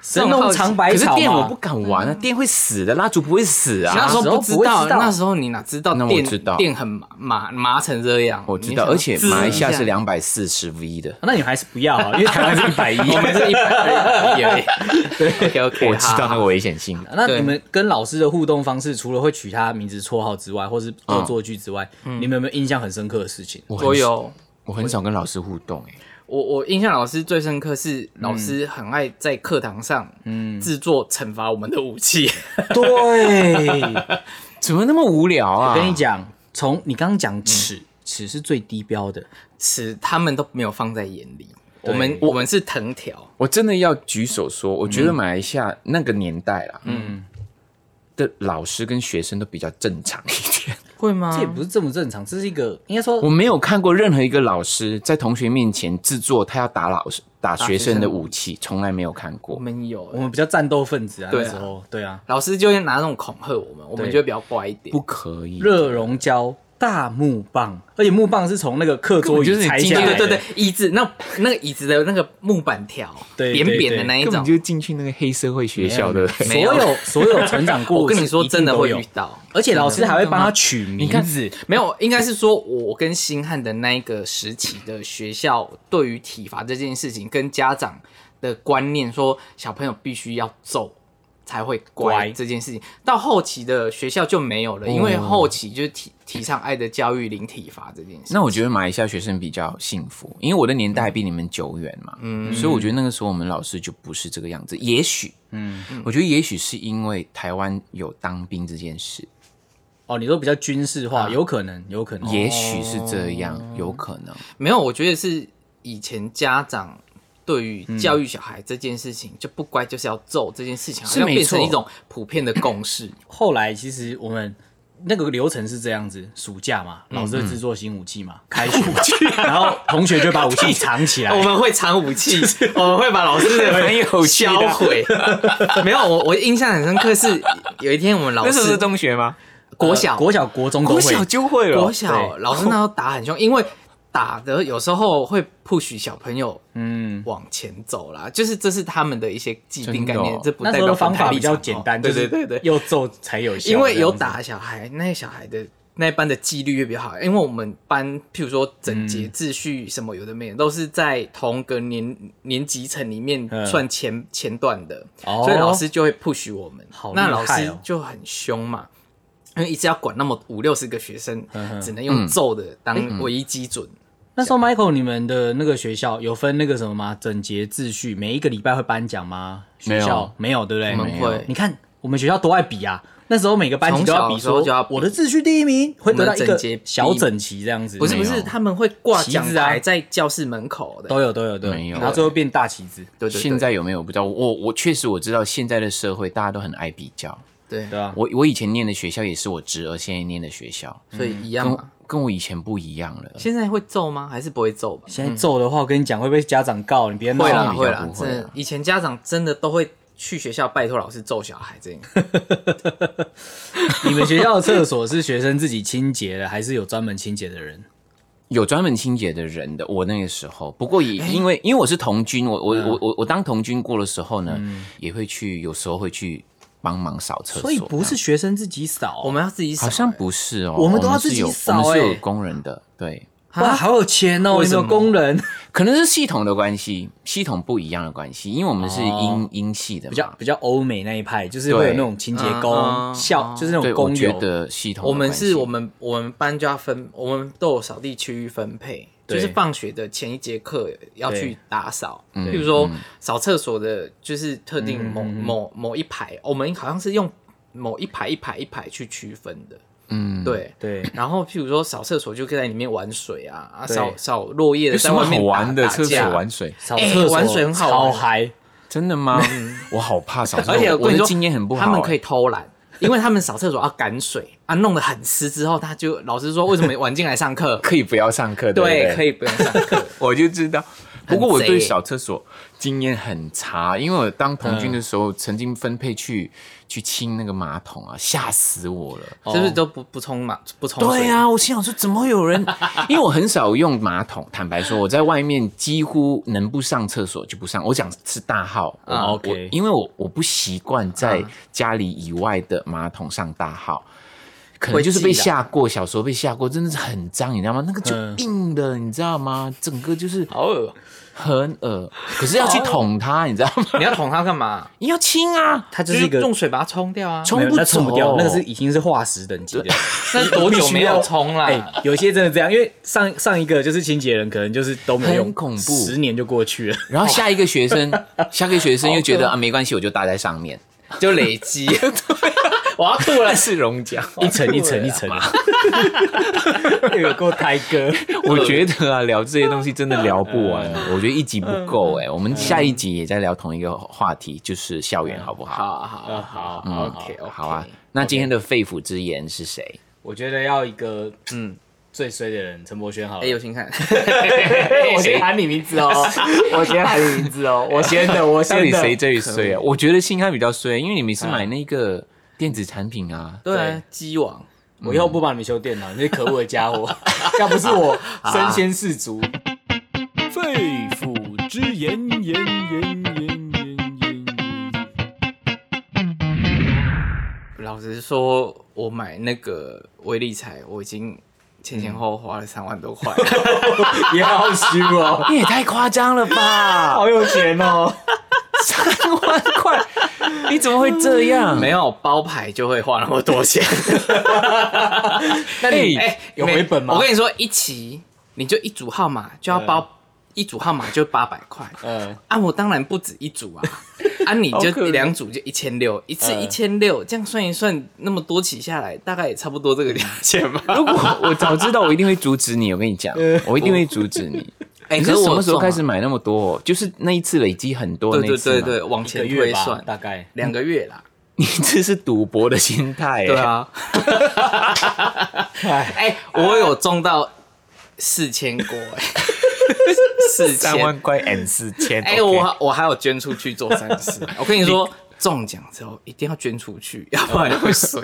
Speaker 3: 这
Speaker 4: 神
Speaker 3: 种好
Speaker 4: 农
Speaker 3: 奇
Speaker 4: 尝百
Speaker 2: 可是
Speaker 4: 草
Speaker 2: 电我
Speaker 4: 嘛
Speaker 2: 不。敢玩啊，电会死的，蜡烛不会死啊。
Speaker 3: 那时候不知道，
Speaker 4: 那时候不会知道
Speaker 3: 那时候你哪知道
Speaker 2: 那我
Speaker 3: 电
Speaker 2: 知道
Speaker 3: 电很麻麻麻成这样？
Speaker 2: 我知
Speaker 3: 你
Speaker 2: 道，
Speaker 3: 想说
Speaker 2: 而且马来西亚
Speaker 3: 滋
Speaker 2: 是
Speaker 3: 一下，
Speaker 2: 两百四十 V 的。
Speaker 4: 那你还是不要 啊，因为台湾是一百一。
Speaker 3: 我们是一百 而已。OK OK，
Speaker 2: 我知道那个危险性，
Speaker 4: 那
Speaker 3: 对
Speaker 4: 你们跟老师的互动方式，除了会取他名字、绰号之外，
Speaker 3: 嗯
Speaker 4: 或是恶作剧之外，你们有没有印象很深刻的事情？
Speaker 2: 我很
Speaker 3: 我有。
Speaker 2: 我很少跟老师互动哎。
Speaker 3: 我我印象老师最深刻
Speaker 2: 嗯
Speaker 3: 是老师很爱在课堂上嗯制作惩罚我们的武器，
Speaker 4: 对，
Speaker 2: 怎么那么无聊啊？
Speaker 4: 我跟你讲，从你刚刚
Speaker 3: 嗯
Speaker 4: 讲尺，尺是最低标的，
Speaker 3: 是他们都没有放在眼里。我们我们是藤条，
Speaker 2: 我真的要举手说，我觉得马来西亚那个年代啦，嗯，的老师跟学生都比较正常一点。
Speaker 3: 会吗
Speaker 4: 这也不是这么正常，这是一个应该说
Speaker 2: 我没有看过任何一个老师在同学面前制作他要打老师、打学生的武器，从来没有看
Speaker 3: 我
Speaker 2: 过。
Speaker 3: 们
Speaker 4: 我
Speaker 3: 有
Speaker 4: 们比较战斗分子啊，
Speaker 3: 对啊
Speaker 4: 那时候对啊，
Speaker 3: 老师就会拿那种恐吓我们，我们
Speaker 4: 对
Speaker 3: 就会比较乖一点
Speaker 2: 不。可以，
Speaker 4: 热熔胶大木棒，而且木棒是从那个课桌椅
Speaker 2: 根本就是你
Speaker 4: 拆
Speaker 2: 进
Speaker 4: 下
Speaker 3: 对
Speaker 4: 来
Speaker 3: 对
Speaker 4: 的，
Speaker 3: 对对，椅子那那个椅子的那个木板条，
Speaker 4: 对
Speaker 3: 扁扁的那一
Speaker 2: 根本
Speaker 3: 种，
Speaker 2: 就进去那个黑社会学校的。
Speaker 3: 没有
Speaker 4: 所有所有成长过，
Speaker 3: 我跟你说真的会
Speaker 4: 有
Speaker 3: 遇，到。呃
Speaker 4: 而且老师还会帮他取名字，
Speaker 3: 没有，应该是说我跟星汉的那一个时期的学校，对于体罚这件事情跟家长的观念，说小朋友必须要揍才会乖
Speaker 4: 乖
Speaker 3: 这件事情，到后期的学校就没有了，因为
Speaker 2: 哦
Speaker 3: 后期就是提提倡爱的教育，零体罚这件事。
Speaker 2: 那我觉得马来西亚学生比较幸福，因为我的年代比你们久远嘛，所以我觉得那个时候我们老师就不是这个样子。也许，嗯，我觉得也许是因为台湾有当兵这件事，
Speaker 4: 哦，你说比较军事
Speaker 3: 啊
Speaker 4: 化，有可能，有可能，
Speaker 2: 也许是这样，有可能。
Speaker 3: 没有，我觉得是以前家长对
Speaker 2: 嗯
Speaker 3: 于教育小孩这件事情，就不乖就是要揍这件事情，好
Speaker 2: 是
Speaker 3: 像
Speaker 2: 没
Speaker 3: 变成
Speaker 2: 错
Speaker 3: 一种普遍的共识。
Speaker 4: 哦后来其实我们那个流程是这样子：暑假嘛，
Speaker 3: 嗯
Speaker 4: 老师会制作新武器嘛，开 学，然后同学就把武器藏起来
Speaker 3: 我。们会藏武 器，我们会把老师的朋 友销毁。没有，我我印象很深刻是有一天我们老
Speaker 2: 那时候是
Speaker 3: 师
Speaker 2: 中学吗？
Speaker 3: 国小
Speaker 4: 呃国小、国中都
Speaker 2: 国
Speaker 4: 会。
Speaker 2: 小就会了，
Speaker 3: 国小老师那时候打很凶，因为打的有时候会 push 小朋友
Speaker 4: 嗯，
Speaker 3: 往前走啦，就是这是他们的一些既定概
Speaker 2: 真的
Speaker 3: 念
Speaker 2: 哦，
Speaker 3: 这不
Speaker 4: 那
Speaker 3: 代
Speaker 4: 时候
Speaker 3: 表
Speaker 4: 的方法
Speaker 3: 本台
Speaker 4: 比
Speaker 3: 立场
Speaker 4: 较
Speaker 3: 哦
Speaker 4: 简单，
Speaker 3: 对
Speaker 4: 就是
Speaker 3: 对对对，
Speaker 4: 又揍才有效。
Speaker 3: 因为有
Speaker 4: 这样子，
Speaker 3: 打小孩，那些小孩的那一班的纪律也比较好。因为我们班，譬如说整
Speaker 4: 嗯
Speaker 3: 洁秩序什么有的没的，都是在同个年年级层里面
Speaker 4: 嗯
Speaker 3: 算前、前段的，
Speaker 4: 哦
Speaker 3: 所以老师就会 push 我们。
Speaker 4: 好厉害
Speaker 3: 那
Speaker 4: 哦
Speaker 3: 老师就很凶嘛。因为一次要管那么五六十个学生，
Speaker 4: 嗯哼嗯
Speaker 3: 只能用揍的当唯一基准。
Speaker 4: 那时候 Michael 你们的那个学校有分那个什么吗？整洁秩序，每一个礼拜会颁奖吗？学校没有，对不对？
Speaker 3: 我们
Speaker 2: 没有
Speaker 3: 会
Speaker 4: 你看我们学校多爱比啊！那时候每个班级都要比
Speaker 3: 从小的时候
Speaker 4: 说
Speaker 3: 就要比
Speaker 4: 我的秩序第一名，会得到
Speaker 3: 我
Speaker 4: 一
Speaker 3: 们
Speaker 4: 个
Speaker 3: 整洁
Speaker 4: 小整齐这样子。
Speaker 3: 不是不
Speaker 2: 没
Speaker 3: 是，
Speaker 2: 有
Speaker 3: 他们会挂
Speaker 4: 旗
Speaker 3: 奖
Speaker 4: 子啊
Speaker 3: 牌在教室门口的，
Speaker 4: 都有都有都
Speaker 2: 没有
Speaker 4: 然后最后变大旗子，
Speaker 3: 对对对，
Speaker 2: 现在有没有我不知道？我我确实我知道现在的社会大家都很爱比较。
Speaker 3: 对，
Speaker 4: 对吧？啊
Speaker 2: 我我以前念的学校也是我侄儿现在念的学校，
Speaker 3: 所以一样
Speaker 2: 跟
Speaker 4: 嗯
Speaker 3: 嘛。
Speaker 2: 跟我以前不一样了。
Speaker 3: 现在会揍吗？还是不会揍吧？
Speaker 4: 现在揍的话，我跟你讲会被家长告，你别闹
Speaker 3: 会啦
Speaker 2: 比较
Speaker 3: 会啦
Speaker 2: 不，会啊
Speaker 3: 真的
Speaker 2: 啦，
Speaker 3: 以前家长真的都会去学校拜托老师揍小孩，这样
Speaker 4: 你们学校的厕所是学生自己清洁的，还是有专门清洁的人？
Speaker 2: 有专门清洁的人的，我那个时候，不过也
Speaker 3: 哎
Speaker 2: 因为、因为我是童军，我我、
Speaker 3: 嗯
Speaker 2: 我我我当童军过的时候呢，也会去，有时候会去帮忙扫厕所，
Speaker 4: 所以不是学生自己扫，
Speaker 3: 啊
Speaker 4: 啊
Speaker 3: 我们要自己扫
Speaker 2: 哦好。像不是哦，
Speaker 4: 我们都要自己
Speaker 2: 是有
Speaker 4: 扫
Speaker 2: 我们是
Speaker 3: 哎
Speaker 2: 有
Speaker 4: 欸
Speaker 2: 工人的，对，
Speaker 4: 哇，好有钱哦！
Speaker 3: 为
Speaker 4: 你
Speaker 3: 什么
Speaker 4: 们有工人
Speaker 2: 可能是系统的关系，系统不一样的关系，因为我们是英、
Speaker 4: 哦
Speaker 2: 英系的嘛，
Speaker 4: 比较比较欧美那一派，就是会有
Speaker 2: 对
Speaker 4: 那种清洁
Speaker 3: 嗯
Speaker 4: 工
Speaker 3: 嗯
Speaker 4: 校，就是那
Speaker 2: 对，
Speaker 4: 种
Speaker 2: 我
Speaker 4: 工
Speaker 2: 觉
Speaker 4: 友。
Speaker 2: 得系统的
Speaker 3: 我们
Speaker 2: 关
Speaker 3: 是
Speaker 2: 系
Speaker 3: 我们我们班就要分，我们都有扫地区域分配，
Speaker 4: 对
Speaker 3: 就是放学的前一节课要
Speaker 4: 对
Speaker 3: 去打扫。
Speaker 2: 嗯
Speaker 3: 譬如说
Speaker 2: 嗯
Speaker 3: 扫厕所的，就是特定某某某一排，哦我们好像是用某一排一排一排去区分的。
Speaker 2: 嗯，
Speaker 3: 对，
Speaker 4: 对，
Speaker 3: 然后譬如说扫厕所就可以在里面玩水啊，啊
Speaker 4: 对
Speaker 3: 扫扫落叶的
Speaker 2: 有什
Speaker 3: 在
Speaker 2: 么
Speaker 3: 外
Speaker 2: 好
Speaker 3: 面
Speaker 2: 玩的
Speaker 3: 打
Speaker 2: 厕所
Speaker 3: 打架啊
Speaker 2: 玩水？
Speaker 4: 扫
Speaker 3: 哎
Speaker 4: 厕所
Speaker 3: 玩水很好
Speaker 4: 超
Speaker 3: 玩
Speaker 4: 嗨，
Speaker 2: 真的 吗？我好怕扫厕所，
Speaker 3: 而且我
Speaker 2: 我
Speaker 3: 跟你
Speaker 2: 的
Speaker 3: 说，
Speaker 2: 经验很不好、欸
Speaker 3: 他们可
Speaker 2: 以？
Speaker 3: 以偷懒，因为他们扫厕所要赶水 啊，弄得很湿之后，他就老师说为什么晚进来上课
Speaker 2: 可以不要上课，不
Speaker 3: 对，
Speaker 2: 对
Speaker 3: 可以不用上课。
Speaker 2: 我就知道。不过我
Speaker 3: 很贼
Speaker 2: 对
Speaker 3: 耶
Speaker 2: 小厕所经验很差，因为我当童军的时候，曾经分配去去清那个马桶啊，吓死我了。
Speaker 3: 是不是都不不冲嘛，不冲水？
Speaker 2: 对啊，我心想说怎么会有人？ 因为我很少用马桶，坦白说，我在外面几乎能不上厕所就不上。我讲是大号我
Speaker 4: 啊
Speaker 2: 我
Speaker 4: OK
Speaker 2: 因为我我不习惯在家里以外的马桶上大号。可能就是被
Speaker 3: 会记得
Speaker 2: 吓过，小时候被吓过，真的是很脏，你知道吗？那个就
Speaker 4: 嗯
Speaker 2: 硬的，你知道吗？整个就是
Speaker 3: 好恶！
Speaker 2: 很恶，可是要去捅它，你知道吗？
Speaker 3: 你要捅它干嘛？
Speaker 2: 你哦要亲啊，
Speaker 4: 它就
Speaker 3: 就是
Speaker 4: 一个
Speaker 3: 用水把它冲掉啊。
Speaker 2: 冲
Speaker 4: 没有
Speaker 2: 不
Speaker 4: 它冲不掉
Speaker 2: 走，
Speaker 4: 那个是已经是化石等级的。
Speaker 3: 那多久没有冲啦？
Speaker 4: 哎，有些真的这样，因为上上一个就是清洁人，可能就是都没有用，
Speaker 2: 很恐怖
Speaker 4: 十年就过去了。
Speaker 2: 然后下一个学生，下一个学生又觉得啊，没关系，我就搭在上面，
Speaker 3: 就累积。
Speaker 2: 我要吐了，是溶浆。
Speaker 4: 一层一层一层，哎有够胎哥，
Speaker 2: 我觉得啊，聊这些东西真的聊不完，我觉得一集不够哎，我们下一集也在聊同一个话题，就是校园，好不嗯好？
Speaker 3: 好
Speaker 4: 啊
Speaker 3: 好好
Speaker 2: 嗯
Speaker 3: ，OK OK，
Speaker 2: 好啊。那今天的肺腑之言是谁？
Speaker 4: 我觉得要一个嗯最衰的人，陈柏轩好了
Speaker 3: 哎，。有请看，哎
Speaker 4: 我先喊你名字 哦， 我先喊你名字哦，我先的，我
Speaker 2: 到底
Speaker 4: 先的。
Speaker 2: 谁最衰啊？我觉得星汉比较衰，因为你每次买那个电子产品啊，
Speaker 3: 对啊，鸡王
Speaker 4: 我以后不帮你们修电脑，你这可恶的家伙！ 要不是 我身先士卒，
Speaker 5: 肺腑之言，言言言言言言。
Speaker 3: 老实说，我买那个威力彩，我已经前前后后花了三万多块。
Speaker 4: 也好虚 哦，
Speaker 2: 你也太夸张了吧！
Speaker 4: 好有钱哦。
Speaker 2: 三万块，你怎么会这样？
Speaker 3: 没有包牌就会花那么多 钱。那你哎、
Speaker 4: 有
Speaker 3: 每
Speaker 4: 回本吗
Speaker 3: 我跟你说，一期你就一组号码就要包、一组号码就八百块。
Speaker 4: 嗯，
Speaker 3: 啊，我当然不止一 组啊，啊，你就两组就一千六，一次一千六，这样算一算，那么多起下来，大概也差不多这个价钱吧。
Speaker 2: 如果我早知道，我一定会阻止你。我跟你 讲，我一定会阻止你。哎，
Speaker 3: 可
Speaker 2: 可是
Speaker 3: 是我
Speaker 2: 什么时候
Speaker 3: 中啊
Speaker 2: 开始买那么多？就是那一次累积很多
Speaker 3: 对
Speaker 2: 那一
Speaker 3: 对
Speaker 2: 次
Speaker 3: 对
Speaker 2: 嘛
Speaker 3: 对，往
Speaker 4: 一个
Speaker 3: 前
Speaker 4: 月
Speaker 3: 推
Speaker 4: 吧
Speaker 3: 算，
Speaker 4: 大概。
Speaker 3: 两个月啦。
Speaker 2: 你这是赌博的心态。
Speaker 3: 对， 啊，
Speaker 4: 哎，
Speaker 3: 哎、我有中到四千 过、哎，四千
Speaker 2: 三万块 and 四千。
Speaker 3: 哎、
Speaker 2: OK
Speaker 3: 我我还有捐出去做善事。我跟你说，中奖之后一定要捐出去，要不然 会衰。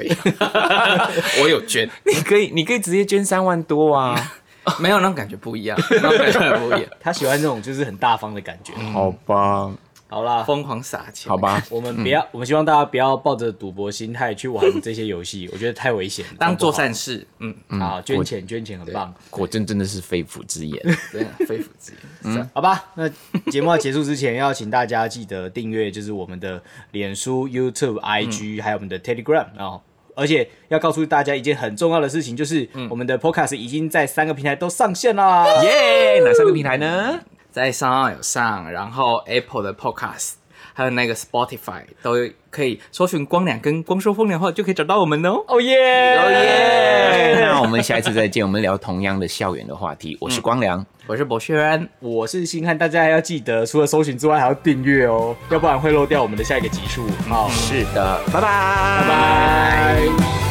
Speaker 3: 我有捐，
Speaker 2: 你可以，你可以直接捐三万多 啊。
Speaker 3: 没有那种感觉不一样，那种感觉很不一样。
Speaker 4: 他喜欢这种就是很大方的感觉。
Speaker 3: 嗯
Speaker 2: 好吧，
Speaker 4: 好啦，
Speaker 3: 疯狂撒钱，
Speaker 2: 好。吧，
Speaker 4: 我
Speaker 3: 嗯
Speaker 4: 们不要，我们希望大家不要抱着赌博心态去玩这些游戏，我觉得太危险了。
Speaker 3: 当做
Speaker 4: 好不
Speaker 3: 善事，嗯，
Speaker 4: 好好捐钱，捐钱很棒。
Speaker 2: 果真真的是肺腑之言。
Speaker 3: 真的啊肺腑 之言。
Speaker 4: 好吧，那节目要结束之前，要请大家记得订阅，就是我们的脸书、YouTube、IG，、还有我们的 Telegram 哦。而且要告诉大家一件很重要的事情，就是我们的 Podcast 已经在三个平台都上线啦。
Speaker 2: 耶，哪三个平台呢？
Speaker 3: 在上岸有上，然后 Apple 的 Podcast，还有那个 Spotify 都可以搜寻“光良”跟“光说风凉话”就可以找到我们哦。
Speaker 4: 哦耶！
Speaker 2: Oh
Speaker 4: 哦耶！
Speaker 2: 那我们下一次再见，我们聊同样的校园的话题。我是光良，
Speaker 3: 我是博学安，
Speaker 4: 我是星汉，大家要记得除了搜寻之外，还要订阅哦，要不然会漏掉我们的下一个集数。好，
Speaker 2: 是的，拜拜，拜
Speaker 4: 拜。拜。